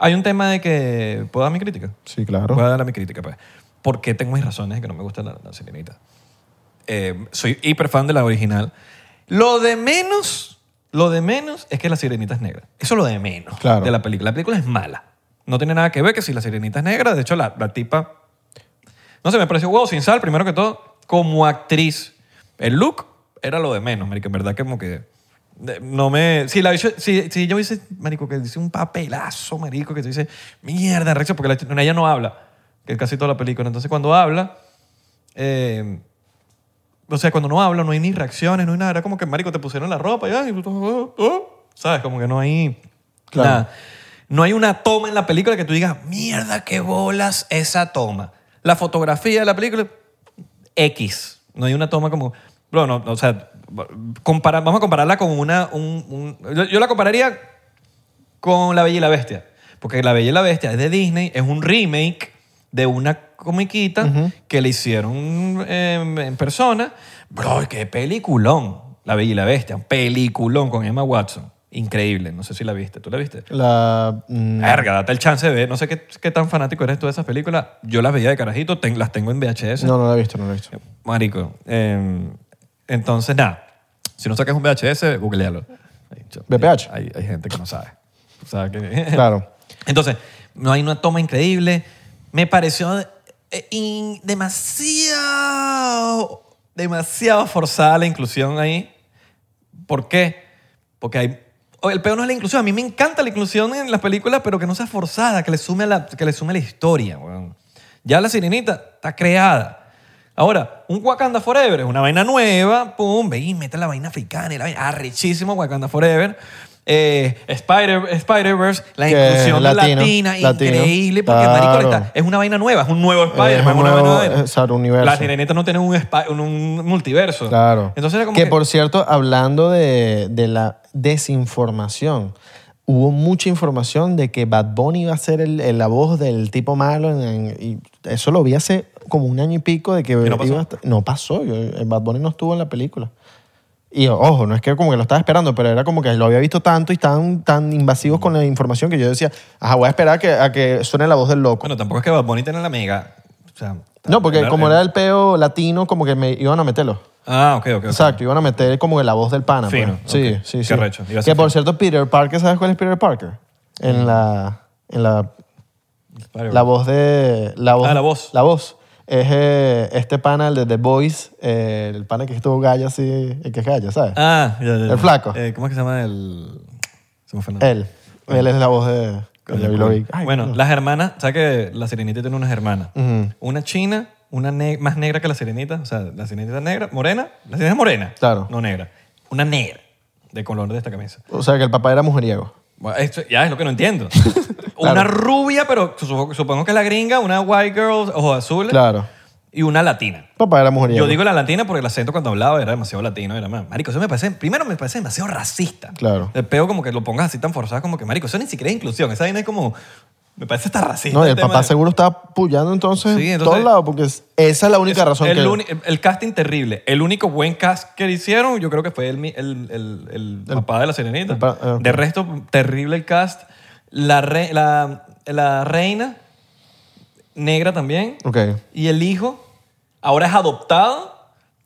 [SPEAKER 2] Hay un tema de que... ¿Puedo dar mi crítica?
[SPEAKER 1] Sí, claro.
[SPEAKER 2] Voy a dar mi crítica, pues. Porque tengo mis razones de que no me gusta la, la sirenita. Eh, soy hiper fan de la original. Lo de menos, lo de menos es que la sirenita es negra. Eso es lo de menos
[SPEAKER 1] Claro.
[SPEAKER 2] de la película. La película es mala. No tiene nada que ver que si la sirenita es negra. De hecho, la, la tipa. No sé, me pareció huevo sin sal, primero que todo, como actriz. El look era lo de menos, marico. En verdad que como que de- no me... Si, la, bicho- si, si yo hubiese, marico, que dice un papelazo, marico, que te dice, mierda, reacción, porque la- ella no habla, que es casi toda la película. Entonces cuando habla... eh, o sea, cuando no hablo, no hay ni reacciones, no hay nada. Era como que, marico, te pusieron la ropa y, ay, tú estás, oh, oh. ¿sabes? Como que no hay
[SPEAKER 1] Claro.
[SPEAKER 2] nada. No hay una toma en la película que tú digas, mierda, qué bolas esa toma. La fotografía de la película, X. No hay una toma como, bueno, no, o sea, compara- vamos a compararla con una, un- un- yo- yo la compararía con La Bella y la Bestia. Porque La Bella y la Bestia es de Disney, es un remake de una comiquita que le hicieron eh, en persona. Bro, qué peliculón. La Bella y la Bestia, un peliculón con Emma Watson. Increíble, no sé si la viste. ¿Tú la viste?
[SPEAKER 1] La, mm,
[SPEAKER 2] Verga, date el chance de ver. No sé qué, qué tan fanático eres tú de esas películas. Yo las veía de carajito, ten- las tengo en VHS.
[SPEAKER 1] no, no la he visto, no la he
[SPEAKER 2] *laughs*
[SPEAKER 1] visto.
[SPEAKER 2] Marico. eh, entonces, nada. Si no sacas un VHS, googlealo.
[SPEAKER 1] VPH.
[SPEAKER 2] Hay, hay gente que no sabe. O sea, que-
[SPEAKER 1] Claro.
[SPEAKER 2] Entonces, no hay una toma increíble. Me pareció eh, in- demasiado, demasiado forzada la inclusión ahí. ¿Por qué? Porque hay... o El peor no es la inclusión. A mí me encanta la inclusión en las películas, pero que no sea forzada, que le sume a la, que le sume a la historia. weón. Ya la sirenita está creada. Ahora, un Wakanda Forever es una vaina nueva. Pum, ve y mete la vaina africana y la vaina. Arrechísimo Wakanda Forever. Eh, Spider, Spider-Verse, la
[SPEAKER 1] Que
[SPEAKER 2] inclusión
[SPEAKER 1] latino,
[SPEAKER 2] latina,
[SPEAKER 1] latino.
[SPEAKER 2] increíble, porque
[SPEAKER 1] Claro.
[SPEAKER 2] marico, le está- es una vaina nueva, es un nuevo Spider-Man,
[SPEAKER 1] un
[SPEAKER 2] una
[SPEAKER 1] nuevo,
[SPEAKER 2] vaina nueva.
[SPEAKER 1] exacto, universo.
[SPEAKER 2] La sirenita no tiene un, spi- un- un multiverso.
[SPEAKER 1] Claro.
[SPEAKER 2] Entonces era como
[SPEAKER 1] que,
[SPEAKER 2] que-
[SPEAKER 1] por cierto, hablando de, de la desinformación, hubo mucha información de que Bad Bunny iba a ser el- el- la voz del tipo malo. en- en- y eso lo vi hace como un año y pico de que
[SPEAKER 2] no pasó?
[SPEAKER 1] iba a estar- no pasó. yo- el Bad Bunny no estuvo en la película. Y ojo, no es que como que lo estaba esperando, pero era como que lo había visto tanto y tan, tan invasivos con la información que yo decía, ajá, voy a esperar a que, a que suene la voz del loco.
[SPEAKER 2] Bueno, tampoco es que Bad Bunny tenga la mega. O sea,
[SPEAKER 1] no, porque como
[SPEAKER 2] el-
[SPEAKER 1] era el peo latino, como que me iban a meterlo.
[SPEAKER 2] Ah, ok, ok. ok.
[SPEAKER 1] Exacto, iban a meter como que la voz del pana. pues.
[SPEAKER 2] Fino,
[SPEAKER 1] Sí,
[SPEAKER 2] ok.
[SPEAKER 1] sí,
[SPEAKER 2] Qué
[SPEAKER 1] sí.
[SPEAKER 2] arrecho, iba a
[SPEAKER 1] Que por
[SPEAKER 2] ser fino. Mm.
[SPEAKER 1] cierto, Peter Parker, ¿sabes cuál es Peter Parker? En la. En la.
[SPEAKER 2] Spider-Man.
[SPEAKER 1] La voz de. La voz,
[SPEAKER 2] Ah, la voz.
[SPEAKER 1] La voz. Es eh, este pana, el de The Voice, eh, el pana que estuvo gallo así, el que es gallo, ¿sabes?
[SPEAKER 2] Ah, ya, ya, ya.
[SPEAKER 1] El flaco.
[SPEAKER 2] Eh, ¿Cómo es que se llama el...? Se me fue el nombre.
[SPEAKER 1] Él. Él es la voz de.
[SPEAKER 2] Coño,
[SPEAKER 1] de Bill
[SPEAKER 2] cool.
[SPEAKER 1] O'Reilly. Ay,
[SPEAKER 2] bueno,
[SPEAKER 1] no.
[SPEAKER 2] las hermanas, ¿sabes que la sirenita tiene unas hermanas? Una china, una ne- más negra que la sirenita, o sea, la sirenita negra, morena, la sirenita es morena,
[SPEAKER 1] Claro.
[SPEAKER 2] no negra, una negra de color de esta camisa.
[SPEAKER 1] O sea, que el papá era mujeriego.
[SPEAKER 2] Bueno, esto ya es lo que
[SPEAKER 1] *laughs*
[SPEAKER 2] no entiendo. Una rubia, pero supongo, supongo que es la gringa, una white girl, ojos azules,
[SPEAKER 1] Claro.
[SPEAKER 2] y una latina.
[SPEAKER 1] Papá era mujeriego.
[SPEAKER 2] Yo digo la latina porque el acento cuando hablaba era demasiado latino. Era, man, marico, eso me parece, primero me parece demasiado racista.
[SPEAKER 1] Claro.
[SPEAKER 2] El peo como que lo pongas así tan forzado como que, marico, eso ni siquiera es inclusión. Esa vaina es como, me parece hasta racista.
[SPEAKER 1] No, y el
[SPEAKER 2] tema
[SPEAKER 1] papá
[SPEAKER 2] de-
[SPEAKER 1] seguro estaba pullando entonces,
[SPEAKER 2] este Sí,
[SPEAKER 1] en
[SPEAKER 2] entonces-
[SPEAKER 1] todos lados, porque es- esa es la única
[SPEAKER 2] Es-
[SPEAKER 1] razón
[SPEAKER 2] el,
[SPEAKER 1] que.
[SPEAKER 2] uni- el- el casting terrible. El único buen cast que le hicieron, yo creo que fue el, mi- el, el- el papá de la sirenita.
[SPEAKER 1] el pa- ah, ok.
[SPEAKER 2] De resto, terrible el cast. La, re- la, la reina, negra también.
[SPEAKER 1] Ok.
[SPEAKER 2] Y el hijo ahora es adoptado,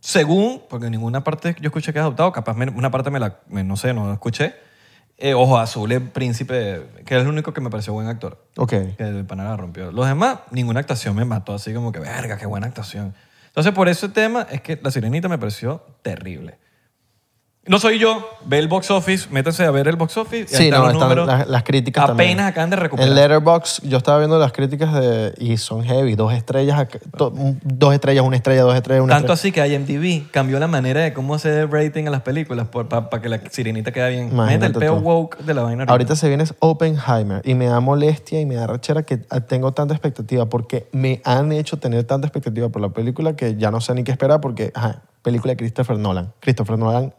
[SPEAKER 2] según, porque en ninguna parte yo escuché que es adoptado, capaz me- una parte me la, me- no sé, no la escuché. Eh, Ojo Azul, el príncipe, que es el único que me pareció buen actor,
[SPEAKER 1] Ok.
[SPEAKER 2] que el pana la rompió. Los demás, ninguna actuación me mató, así como que, verga, qué buena actuación. Entonces, por ese tema, es que La Sirenita me pareció terrible. No soy yo, ve el box office, métanse a ver el box office. y ahí
[SPEAKER 1] Sí,
[SPEAKER 2] están
[SPEAKER 1] no,
[SPEAKER 2] los
[SPEAKER 1] están
[SPEAKER 2] números.
[SPEAKER 1] las, las críticas
[SPEAKER 2] Apenas
[SPEAKER 1] también.
[SPEAKER 2] acaban de recuperar.
[SPEAKER 1] En Letterboxd yo estaba viendo las críticas de, y son heavy. Dos estrellas, acá- to- un- dos estrellas, una estrella, dos estrellas, una
[SPEAKER 2] Tanto
[SPEAKER 1] estrella.
[SPEAKER 2] así que IMDb cambió la manera de cómo hacer el rating a las películas para que la sirenita quede bien.
[SPEAKER 1] Imagínate
[SPEAKER 2] Imagínate el peo
[SPEAKER 1] tú.
[SPEAKER 2] woke de la vaina.
[SPEAKER 1] Ahorita se viene es Oppenheimer y me da molestia y me da rechera que ah, tengo tanta expectativa porque me han hecho tener tanta expectativa por la película que ya no sé ni qué esperar porque, ajá, película de Christopher Nolan. Christopher Nolan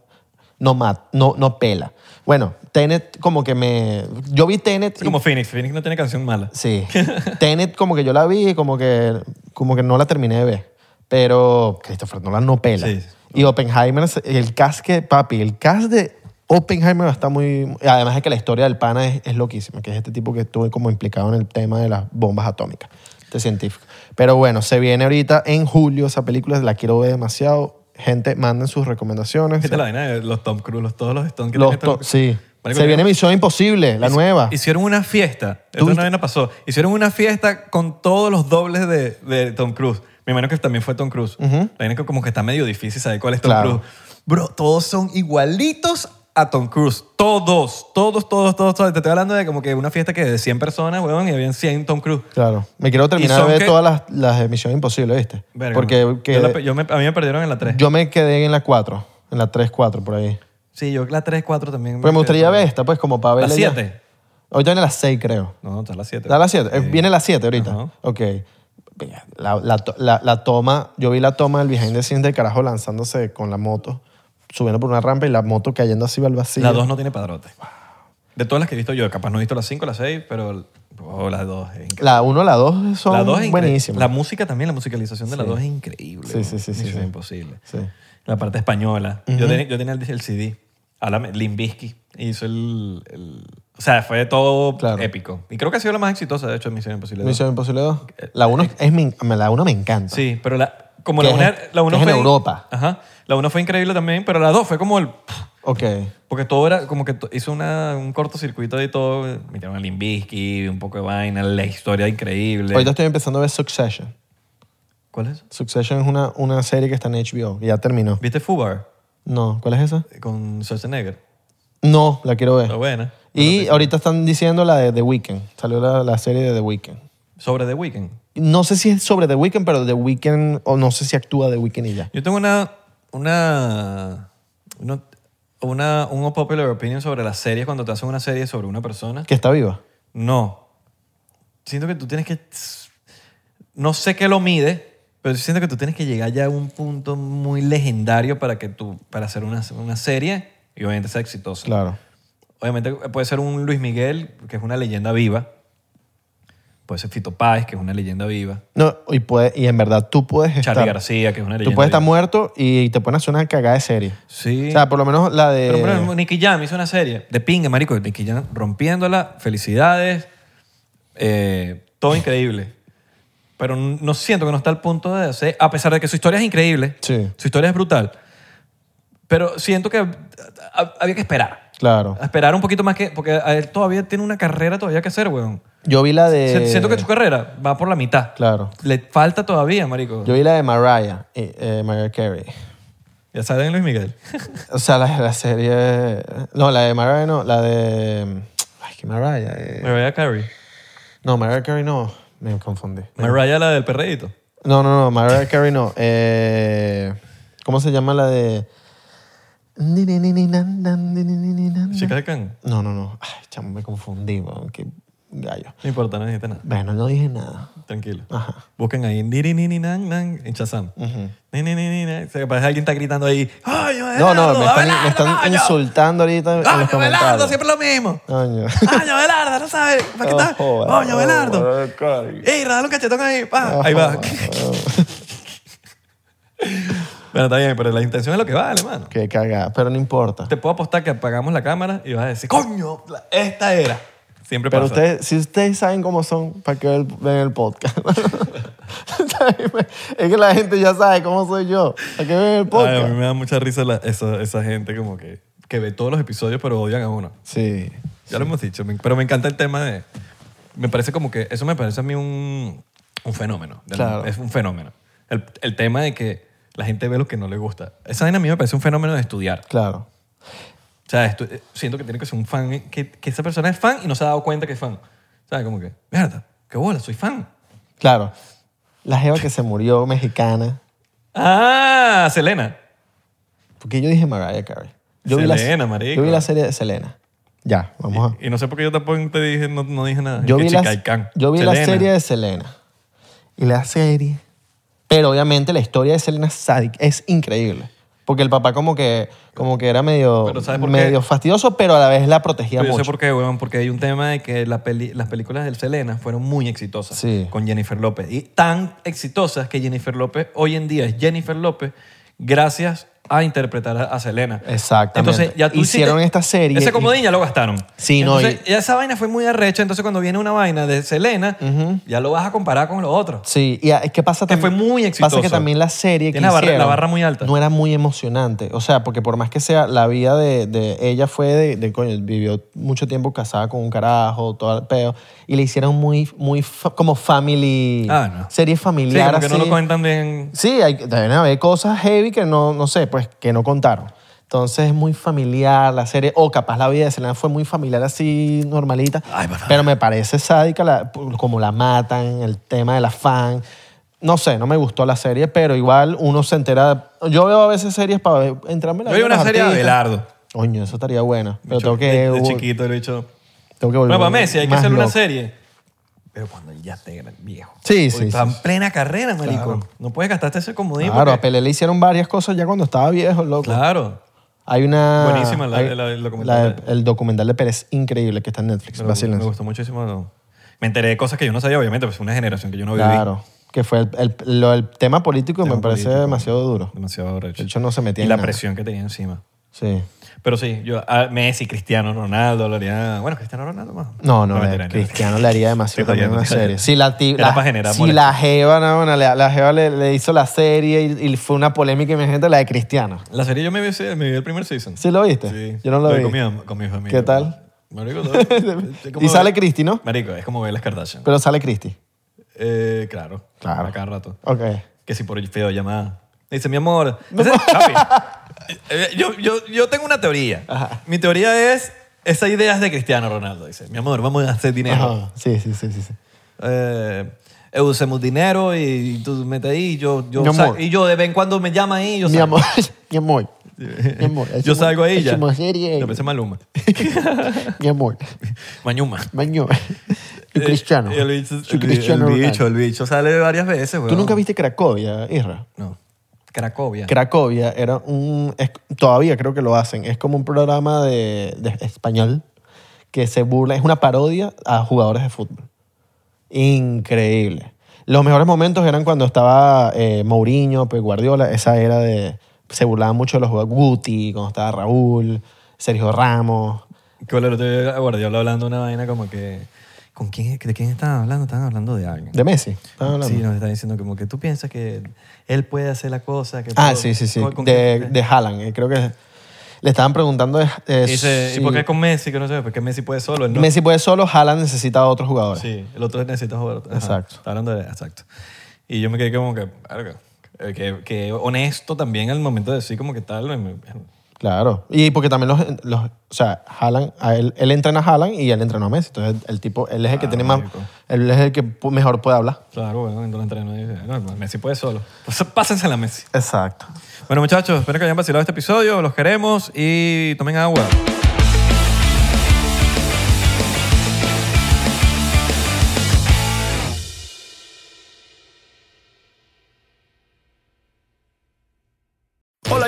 [SPEAKER 1] no, mat, no, no pela. Bueno, Tenet como que me... Yo vi Tenet
[SPEAKER 2] Es
[SPEAKER 1] y
[SPEAKER 2] como Phoenix. Phoenix no tiene canción mala.
[SPEAKER 1] Sí. *laughs* Tenet como que yo la vi y como que, como que no la terminé de ver. Pero Christopher Nolan no pela.
[SPEAKER 2] Sí.
[SPEAKER 1] Y Oppenheimer, el cast que, papi, el cast de Oppenheimer está muy... Además de que la historia del pana es, es loquísima, que es este tipo que estuvo como implicado en el tema de las bombas atómicas, este científico. Pero bueno, se viene ahorita en julio esa película, la quiero ver demasiado. Gente, manden sus recomendaciones.
[SPEAKER 2] Fíjate la vaina de los Tom Cruise, los, todos los Stones que
[SPEAKER 1] Los
[SPEAKER 2] tiene Tom-
[SPEAKER 1] to- sí.
[SPEAKER 2] Marico,
[SPEAKER 1] se
[SPEAKER 2] tiene-
[SPEAKER 1] viene Misión Imposible, la nueva.
[SPEAKER 2] Hicieron una fiesta.
[SPEAKER 1] ¿Tú
[SPEAKER 2] Esto no
[SPEAKER 1] viste?
[SPEAKER 2] vaina pasó. Hicieron una fiesta con todos los dobles de, de Tom Cruise. Me imagino que también fue Tom Cruise. La vaina que como que está medio difícil saber cuál es Tom
[SPEAKER 1] Claro.
[SPEAKER 2] Cruise. Bro, todos son igualitos a Tom Cruise. Todos, todos, todos, todos. todos. Te estoy hablando de como que una fiesta que de 100 personas, weón, y habían 100 Tom Cruise.
[SPEAKER 1] Claro. Me quiero terminar de
[SPEAKER 2] son
[SPEAKER 1] ver
[SPEAKER 2] que-
[SPEAKER 1] todas las, las de Misión Imposible, ¿viste?
[SPEAKER 2] Verga,
[SPEAKER 1] Porque
[SPEAKER 2] weón.
[SPEAKER 1] que-
[SPEAKER 2] Yo
[SPEAKER 1] yo,
[SPEAKER 2] la pe- yo me- a mí me perdieron en la 3.
[SPEAKER 1] me quedé en la 4, en la 3-4 por ahí.
[SPEAKER 2] sí, yo la 3, 4 también.
[SPEAKER 1] Pero me gustaría
[SPEAKER 2] quedé.
[SPEAKER 1] ver esta, pues, como para
[SPEAKER 2] ¿La
[SPEAKER 1] ver.
[SPEAKER 2] 7?
[SPEAKER 1] Ahorita viene la 6, creo.
[SPEAKER 2] No, está la 7.
[SPEAKER 1] ¿La la 7? Viene la 7 ahorita.
[SPEAKER 2] Ajá.
[SPEAKER 1] Ok. La, la to- la- la toma, yo vi la toma del behind the scenes del carajo lanzándose con la moto, subiendo por una rampa y la moto cayendo así al vacío.
[SPEAKER 2] La 2 no tiene padrote. De todas las que he visto yo, capaz no he visto la 5, la 6, pero oh, la 2 es increíble.
[SPEAKER 1] La 1 la 2 son
[SPEAKER 2] la 2 es incre-
[SPEAKER 1] buenísimas.
[SPEAKER 2] La música también, la musicalización de la 2 es increíble.
[SPEAKER 1] Sí, sí, sí,
[SPEAKER 2] weón.
[SPEAKER 1] sí,
[SPEAKER 2] Misión
[SPEAKER 1] sí.
[SPEAKER 2] imposible.
[SPEAKER 1] Sí.
[SPEAKER 2] La parte española. yo, tenía, yo tenía el, el CD. Háblame, Limbisky hizo el, el- O sea, fue todo
[SPEAKER 1] Claro.
[SPEAKER 2] épico. Y creo que ha sido la más exitosa, de hecho, de Misión Imposible. dos.
[SPEAKER 1] Misión Imposible 2. La 1 es mi- la uno me encanta.
[SPEAKER 2] Sí, pero la. Como
[SPEAKER 1] Que
[SPEAKER 2] la
[SPEAKER 1] es-
[SPEAKER 2] 1 la uno
[SPEAKER 1] que es en
[SPEAKER 2] fue-
[SPEAKER 1] Europa.
[SPEAKER 2] Ajá. La 1 fue increíble también, pero la 2 fue como el.
[SPEAKER 1] Ok.
[SPEAKER 2] Porque todo era como que to- hizo una, un cortocircuito de todo. Metieron a Limbisky, un poco de vaina, la historia increíble.
[SPEAKER 1] Ahorita estoy empezando a ver Succession.
[SPEAKER 2] ¿Cuál es?
[SPEAKER 1] Succession es una, una serie que está en HBO y ya terminó.
[SPEAKER 2] ¿Viste Fubar
[SPEAKER 1] No, ¿cuál es esa?
[SPEAKER 2] con Schwarzenegger?
[SPEAKER 1] No, la quiero ver.
[SPEAKER 2] Está buena.
[SPEAKER 1] Y ahorita están diciendo la de The Weeknd. Salió la, la serie de The Weeknd.
[SPEAKER 2] Sobre The Weeknd.
[SPEAKER 1] No sé si es sobre The Weeknd, pero The Weeknd, o no sé si actúa The Weeknd y ya.
[SPEAKER 2] Yo tengo una. Una. Una. una un popular opinion sobre las series cuando te hacen una serie sobre una persona.
[SPEAKER 1] Que está viva.
[SPEAKER 2] No. Siento que tú tienes que. No sé qué lo mide, pero siento que tú tienes que llegar ya a un punto muy legendario para que tú. para hacer una, una serie y obviamente sea exitosa.
[SPEAKER 1] Claro.
[SPEAKER 2] Obviamente puede ser un Luis Miguel, que es una leyenda viva. Puede ser Fito Páez, que es una leyenda viva.
[SPEAKER 1] No, y, puede, y en verdad tú puedes estar.
[SPEAKER 2] Charlie García, que es una leyenda
[SPEAKER 1] Tú puedes estar
[SPEAKER 2] viva.
[SPEAKER 1] muerto y te pueden hacer una cagada de serie.
[SPEAKER 2] Sí.
[SPEAKER 1] O sea, por lo menos la de.
[SPEAKER 2] Pero bueno, Nicky Jam hizo una serie de pingue, marico. Nicky Jam rompiéndola, felicidades, eh, todo increíble. Pero n- no siento que no está al punto de hacer, a pesar de que su historia es increíble,
[SPEAKER 1] Sí.
[SPEAKER 2] su historia es brutal. Pero siento que ha- había que esperar.
[SPEAKER 1] Claro.
[SPEAKER 2] Esperar un poquito más que. Porque a él todavía tiene una carrera todavía que hacer, weón.
[SPEAKER 1] Yo vi la de.
[SPEAKER 2] Si- Siento que su carrera va por la mitad.
[SPEAKER 1] Eh. Claro.
[SPEAKER 2] Le falta todavía, marico.
[SPEAKER 1] Yo vi la de Mariah, eh, eh, Mariah Carey.
[SPEAKER 2] Ya saben, Luis
[SPEAKER 1] *laughs*
[SPEAKER 2] Miguel.
[SPEAKER 1] O sea, la, la serie. No, la de Mariah no, la de. Ay, que Mariah. eh.
[SPEAKER 2] Mariah Carey.
[SPEAKER 1] No, Mariah Carey no. Me confundí.
[SPEAKER 2] Mariah, la del perreíto.
[SPEAKER 1] No, no, no, Mariah Carey no. Eh, ¿Cómo se llama la de.?
[SPEAKER 2] Chica
[SPEAKER 1] No,
[SPEAKER 2] de Can.
[SPEAKER 1] no, no. Ay, chamo, me confundí, weón. Qué gallo.
[SPEAKER 2] No importa, no necesita nada.
[SPEAKER 1] Bueno, no dije nada.
[SPEAKER 2] Tranquilo.
[SPEAKER 1] Ajá.
[SPEAKER 2] Busquen ahí "Niri, nini, nan, nan", en Shazam. Ni, ni, ni, ni, nan. O sea, capaz alguien está gritando ahí. ¡Ay,
[SPEAKER 1] No, no,
[SPEAKER 2] Abelardo,
[SPEAKER 1] me están,
[SPEAKER 2] Abelardo,
[SPEAKER 1] me están
[SPEAKER 2] coño!
[SPEAKER 1] insultando ahorita en
[SPEAKER 2] ¡Coño,
[SPEAKER 1] los
[SPEAKER 2] Abelardo,
[SPEAKER 1] comentarios.
[SPEAKER 2] siempre lo mismo! *laughs*
[SPEAKER 1] Coño.
[SPEAKER 2] ¡Ay, Abelardo, Ah, no sabes! ¿Para qué
[SPEAKER 1] No
[SPEAKER 2] estás? Oh,
[SPEAKER 1] jodas.
[SPEAKER 2] ¡Coño, Abelardo!
[SPEAKER 1] Mariah Carey.
[SPEAKER 2] ¡Ey, dale un cachetón ahí! pa!
[SPEAKER 1] No
[SPEAKER 2] ahí va. *laughs*
[SPEAKER 1] jodas,
[SPEAKER 2] bueno, está bien, pero la intención es lo que vale, mano.
[SPEAKER 1] Qué cagada, pero no importa.
[SPEAKER 2] Te puedo apostar que apagamos la cámara y vas a decir, ¡Coño, la- esta era! Siempre
[SPEAKER 1] Pero
[SPEAKER 2] pasa.
[SPEAKER 1] ustedes, si ustedes saben cómo son, ¿para que el- ven el podcast? *laughs* es que la gente ya sabe cómo soy yo. ¿Para que ven el
[SPEAKER 2] Ay, a mí
[SPEAKER 1] podcast?
[SPEAKER 2] me da mucha risa la- esa, esa gente como que, que ve todos los episodios pero odian a uno.
[SPEAKER 1] Sí.
[SPEAKER 2] Ya lo hemos dicho, me- pero me encanta el tema de... Me parece como que... Eso me parece a mí un, un fenómeno. de la-
[SPEAKER 1] Claro.
[SPEAKER 2] Es un fenómeno. El, el tema de que la gente ve lo que no le gusta. Esa vaina a mí me parece un fenómeno de estudiar.
[SPEAKER 1] Claro.
[SPEAKER 2] O sea, estu- eh, siento que tiene que ser un fan, eh, que, que esa persona es fan y no se ha dado cuenta que es fan. ¿Sabes? Como que, mierda, qué bola, soy fan.
[SPEAKER 1] Claro. La jeva que se murió, mexicana.
[SPEAKER 2] Ah, Selena.
[SPEAKER 1] Porque yo dije Mariah Carey. Yo vi
[SPEAKER 2] Selena,
[SPEAKER 1] la,
[SPEAKER 2] marico.
[SPEAKER 1] Yo vi la serie de Selena. Ya, vamos a...
[SPEAKER 2] Y no sé por qué yo tampoco te dije, no, no dije nada.
[SPEAKER 1] Yo
[SPEAKER 2] Es que
[SPEAKER 1] vi, la,
[SPEAKER 2] Chicaicán,
[SPEAKER 1] yo vi la
[SPEAKER 2] Selena.
[SPEAKER 1] serie de Selena. Y la serie... Pero obviamente la historia de Selena Sadik es increíble. Porque el papá como que, como que era medio,
[SPEAKER 2] Pero ¿sabes por qué?
[SPEAKER 1] medio fastidioso, pero a la vez la protegía
[SPEAKER 2] Pero yo sé
[SPEAKER 1] mucho.
[SPEAKER 2] por qué, weón, porque hay un tema de que la peli- las películas del Selena fueron muy exitosas
[SPEAKER 1] Sí.
[SPEAKER 2] con Jennifer López. Y tan exitosas que Jennifer López hoy en día es Jennifer López gracias a interpretar a- a Selena.
[SPEAKER 1] Exactamente.
[SPEAKER 2] Entonces, ya tú
[SPEAKER 1] Hicieron
[SPEAKER 2] hiciste-
[SPEAKER 1] esta serie
[SPEAKER 2] Ese
[SPEAKER 1] y-
[SPEAKER 2] comodín ya lo gastaron.
[SPEAKER 1] Sí, no,
[SPEAKER 2] entonces, ya esa vaina fue muy arrecha. Entonces, cuando viene una vaina de Selena, ya lo vas a comparar con lo otro.
[SPEAKER 1] Sí, y es que pasa
[SPEAKER 2] Que
[SPEAKER 1] también.
[SPEAKER 2] fue muy exitoso.
[SPEAKER 1] Pasa que también la serie que
[SPEAKER 2] Tiene la barra-
[SPEAKER 1] hicieron
[SPEAKER 2] la barra muy alta.
[SPEAKER 1] No era muy emocionante. O sea, porque por más que sea, la vida de, de ella fue de, de coño, vivió mucho tiempo casada con un carajo, todo el peo. Y le hicieron muy, muy fa- como family.
[SPEAKER 2] Ah, no.
[SPEAKER 1] Serie
[SPEAKER 2] Sí,
[SPEAKER 1] familiar.
[SPEAKER 2] como que no
[SPEAKER 1] así.
[SPEAKER 2] lo cuentan bien.
[SPEAKER 1] Sí, hay, deben haber cosas heavy que no, no sé, pues que no contaron. Entonces es muy familiar la serie, o capaz la vida de Selena fue muy familiar así, normalita. pero me parece sádica la- como la matan, el tema de la fan. No sé, no me gustó la serie, pero igual uno se entera. Yo veo a veces series para ver- entrarme en la
[SPEAKER 2] Yo vi
[SPEAKER 1] vida de
[SPEAKER 2] una
[SPEAKER 1] los
[SPEAKER 2] serie de
[SPEAKER 1] artistas.
[SPEAKER 2] Abelardo.
[SPEAKER 1] Coño, eso estaría bueno. Pero
[SPEAKER 2] Bicho,
[SPEAKER 1] tengo que,
[SPEAKER 2] de, de
[SPEAKER 1] vol-
[SPEAKER 2] chiquito lo he dicho.
[SPEAKER 1] tengo que
[SPEAKER 2] Bueno,
[SPEAKER 1] volver
[SPEAKER 2] para Messi hay que
[SPEAKER 1] más
[SPEAKER 2] hacer una
[SPEAKER 1] loco.
[SPEAKER 2] serie. Pero cuando ya esté gran- viejo.
[SPEAKER 1] Sí,
[SPEAKER 2] Porque
[SPEAKER 1] sí,
[SPEAKER 2] Está
[SPEAKER 1] sí.
[SPEAKER 2] en plena carrera, marico.
[SPEAKER 1] Claro.
[SPEAKER 2] No puedes gastarte ese comodín.
[SPEAKER 1] Claro, a
[SPEAKER 2] porque-
[SPEAKER 1] Pelé le hicieron varias cosas ya cuando estaba viejo, loco.
[SPEAKER 2] Claro.
[SPEAKER 1] Hay una.
[SPEAKER 2] Buenísima la-
[SPEAKER 1] hay-
[SPEAKER 2] la- el documental.
[SPEAKER 1] la- el documental de Pérez, increíble, que está en Netflix.
[SPEAKER 2] Pero
[SPEAKER 1] Vacílense.
[SPEAKER 2] me gustó muchísimo. lo- Me enteré de cosas que yo no sabía, obviamente, pues una generación que yo no viví.
[SPEAKER 1] Claro. Que fue el, el- lo- el tema político
[SPEAKER 2] Tema
[SPEAKER 1] me parece
[SPEAKER 2] político,
[SPEAKER 1] demasiado duro.
[SPEAKER 2] Demasiado recho.
[SPEAKER 1] De hecho, no se metía
[SPEAKER 2] Y
[SPEAKER 1] en
[SPEAKER 2] la
[SPEAKER 1] nada.
[SPEAKER 2] presión que tenía encima.
[SPEAKER 1] Sí.
[SPEAKER 2] Pero sí, yo a Messi, Cristiano Ronaldo, lo haría. Bueno, Cristiano Ronaldo más.
[SPEAKER 1] No, no,
[SPEAKER 2] mentira,
[SPEAKER 1] eh, Cristiano le haría
[SPEAKER 2] Estoy
[SPEAKER 1] demasiado también
[SPEAKER 2] jodiendo,
[SPEAKER 1] una
[SPEAKER 2] estoy *laughs*
[SPEAKER 1] serie.
[SPEAKER 2] jodiendo.
[SPEAKER 1] Si la, ti-
[SPEAKER 2] Era
[SPEAKER 1] la-
[SPEAKER 2] para generar
[SPEAKER 1] si la Jeva, no, bueno, la, la Jeva le, le hizo la serie y, y fue una polémica imagínate la de Cristiano.
[SPEAKER 2] La serie yo me vi, me vi el primer season.
[SPEAKER 1] ¿Sí lo viste?
[SPEAKER 2] Sí.
[SPEAKER 1] Yo no lo vi.
[SPEAKER 2] Con mi, con mi familia.
[SPEAKER 1] ¿Qué tal? *laughs*
[SPEAKER 2] Marico, todo- es como
[SPEAKER 1] Y sale
[SPEAKER 2] ver-
[SPEAKER 1] Cristi, ¿no?
[SPEAKER 2] Marico, es como ver las Kardashian.
[SPEAKER 1] Pero sale Cristi.
[SPEAKER 2] Eh, claro.
[SPEAKER 1] Claro.
[SPEAKER 2] A cada rato.
[SPEAKER 1] Ok.
[SPEAKER 2] Que si por videollamada. Me dice, mi amor. Ese- papi, eh, yo, yo, yo tengo una teoría. Mi teoría es, esa idea es de Cristiano Ronaldo. Dice, mi amor, vamos a hacer dinero.
[SPEAKER 1] Ajá. Sí, sí, sí, sí. sí.
[SPEAKER 2] Eh, eh, usemos dinero y, tú metes ahí. y Yo, yo
[SPEAKER 1] Mi
[SPEAKER 2] sa-
[SPEAKER 1] amor.
[SPEAKER 2] y yo de vez en cuando me llama ahí. Yo
[SPEAKER 1] Mi
[SPEAKER 2] salgo.
[SPEAKER 1] amor, *laughs* mi amor. Mi amor.
[SPEAKER 2] *laughs* Yo
[SPEAKER 1] hacemos-
[SPEAKER 2] salgo ahí y ya.
[SPEAKER 1] hacemos serie.
[SPEAKER 2] Yo pensé Maluma. *laughs*
[SPEAKER 1] Mi amor.
[SPEAKER 2] Mañuma. *laughs*
[SPEAKER 1] Maño. Tu
[SPEAKER 2] Eh,
[SPEAKER 1] cristiano.
[SPEAKER 2] El, bicho-
[SPEAKER 1] Tu
[SPEAKER 2] el-
[SPEAKER 1] cristiano.
[SPEAKER 2] el
[SPEAKER 1] Ronaldo.
[SPEAKER 2] bicho, el bicho sale varias veces, weón.
[SPEAKER 1] ¿Tú nunca viste Cracovia, Isra?
[SPEAKER 2] No. Cracovia.
[SPEAKER 1] Cracovia era un. es- todavía creo que lo hacen. Es como un programa de, de español que se burla. Es una parodia a jugadores de fútbol. Increíble. Los mejores momentos eran cuando estaba eh, Mourinho, Pep Guardiola. Esa era de. Se burlaban mucho de los jugadores. Guti, cuando estaba Raúl, Sergio Ramos.
[SPEAKER 2] Que el otro día Guardiola hablando una vaina como que... ¿Con quién, ¿De quién estaban hablando? Estaban hablando de alguien.
[SPEAKER 1] De Messi. Estaban hablando.
[SPEAKER 2] Sí, nos están diciendo como que tú piensas que él puede hacer la cosa. Que
[SPEAKER 1] Ah,
[SPEAKER 2] puedo-
[SPEAKER 1] sí, sí, sí.
[SPEAKER 2] con- con-
[SPEAKER 1] De, de Haaland. eh, Creo que le estaban preguntando. eh, eh,
[SPEAKER 2] Y dice,
[SPEAKER 1] si
[SPEAKER 2] ¿y por qué con Messi? Que no sé, porque Messi puede solo, él ¿no?
[SPEAKER 1] Messi puede solo, Haaland necesita a otros jugadores.
[SPEAKER 2] Sí, el otro necesita jugar. Ajá,
[SPEAKER 1] Exacto.
[SPEAKER 2] está hablando de... Exacto. Y yo me quedé como que... verga, eh, Que, que honesto también al momento de decir como que tal... me-
[SPEAKER 1] Claro. Y porque también los. los- o sea, Haaland, a él, él entrena a Haaland y él entrena a Messi. Entonces, el tipo, él es el que
[SPEAKER 2] Claro,
[SPEAKER 1] tiene más.
[SPEAKER 2] marico.
[SPEAKER 1] Él es el que pu- mejor puede hablar.
[SPEAKER 2] Claro, bueno, cuando lo entreno dice, no, Messi puede solo. Entonces, pásensela a Messi.
[SPEAKER 1] Exacto.
[SPEAKER 2] Bueno, muchachos, espero que hayan vacilado este episodio. Los queremos y tomen agua.
[SPEAKER 5] Hola,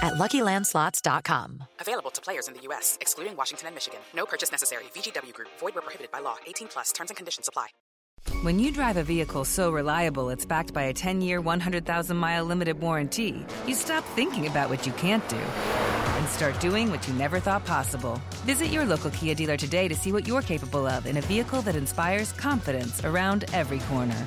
[SPEAKER 6] at luckylandslots.com.
[SPEAKER 7] Available to players in the U.S., excluding Washington and Michigan. No purchase necessary. VGW Group, void where prohibited by law. 18 plus terms and conditions apply.
[SPEAKER 8] When you drive a vehicle so reliable it's backed by a 10 year, 100,000 mile limited warranty, you stop thinking about what you can't do and start doing what you never thought possible. Visit your local Kia dealer today to see what you're capable of in a vehicle that inspires confidence around every corner.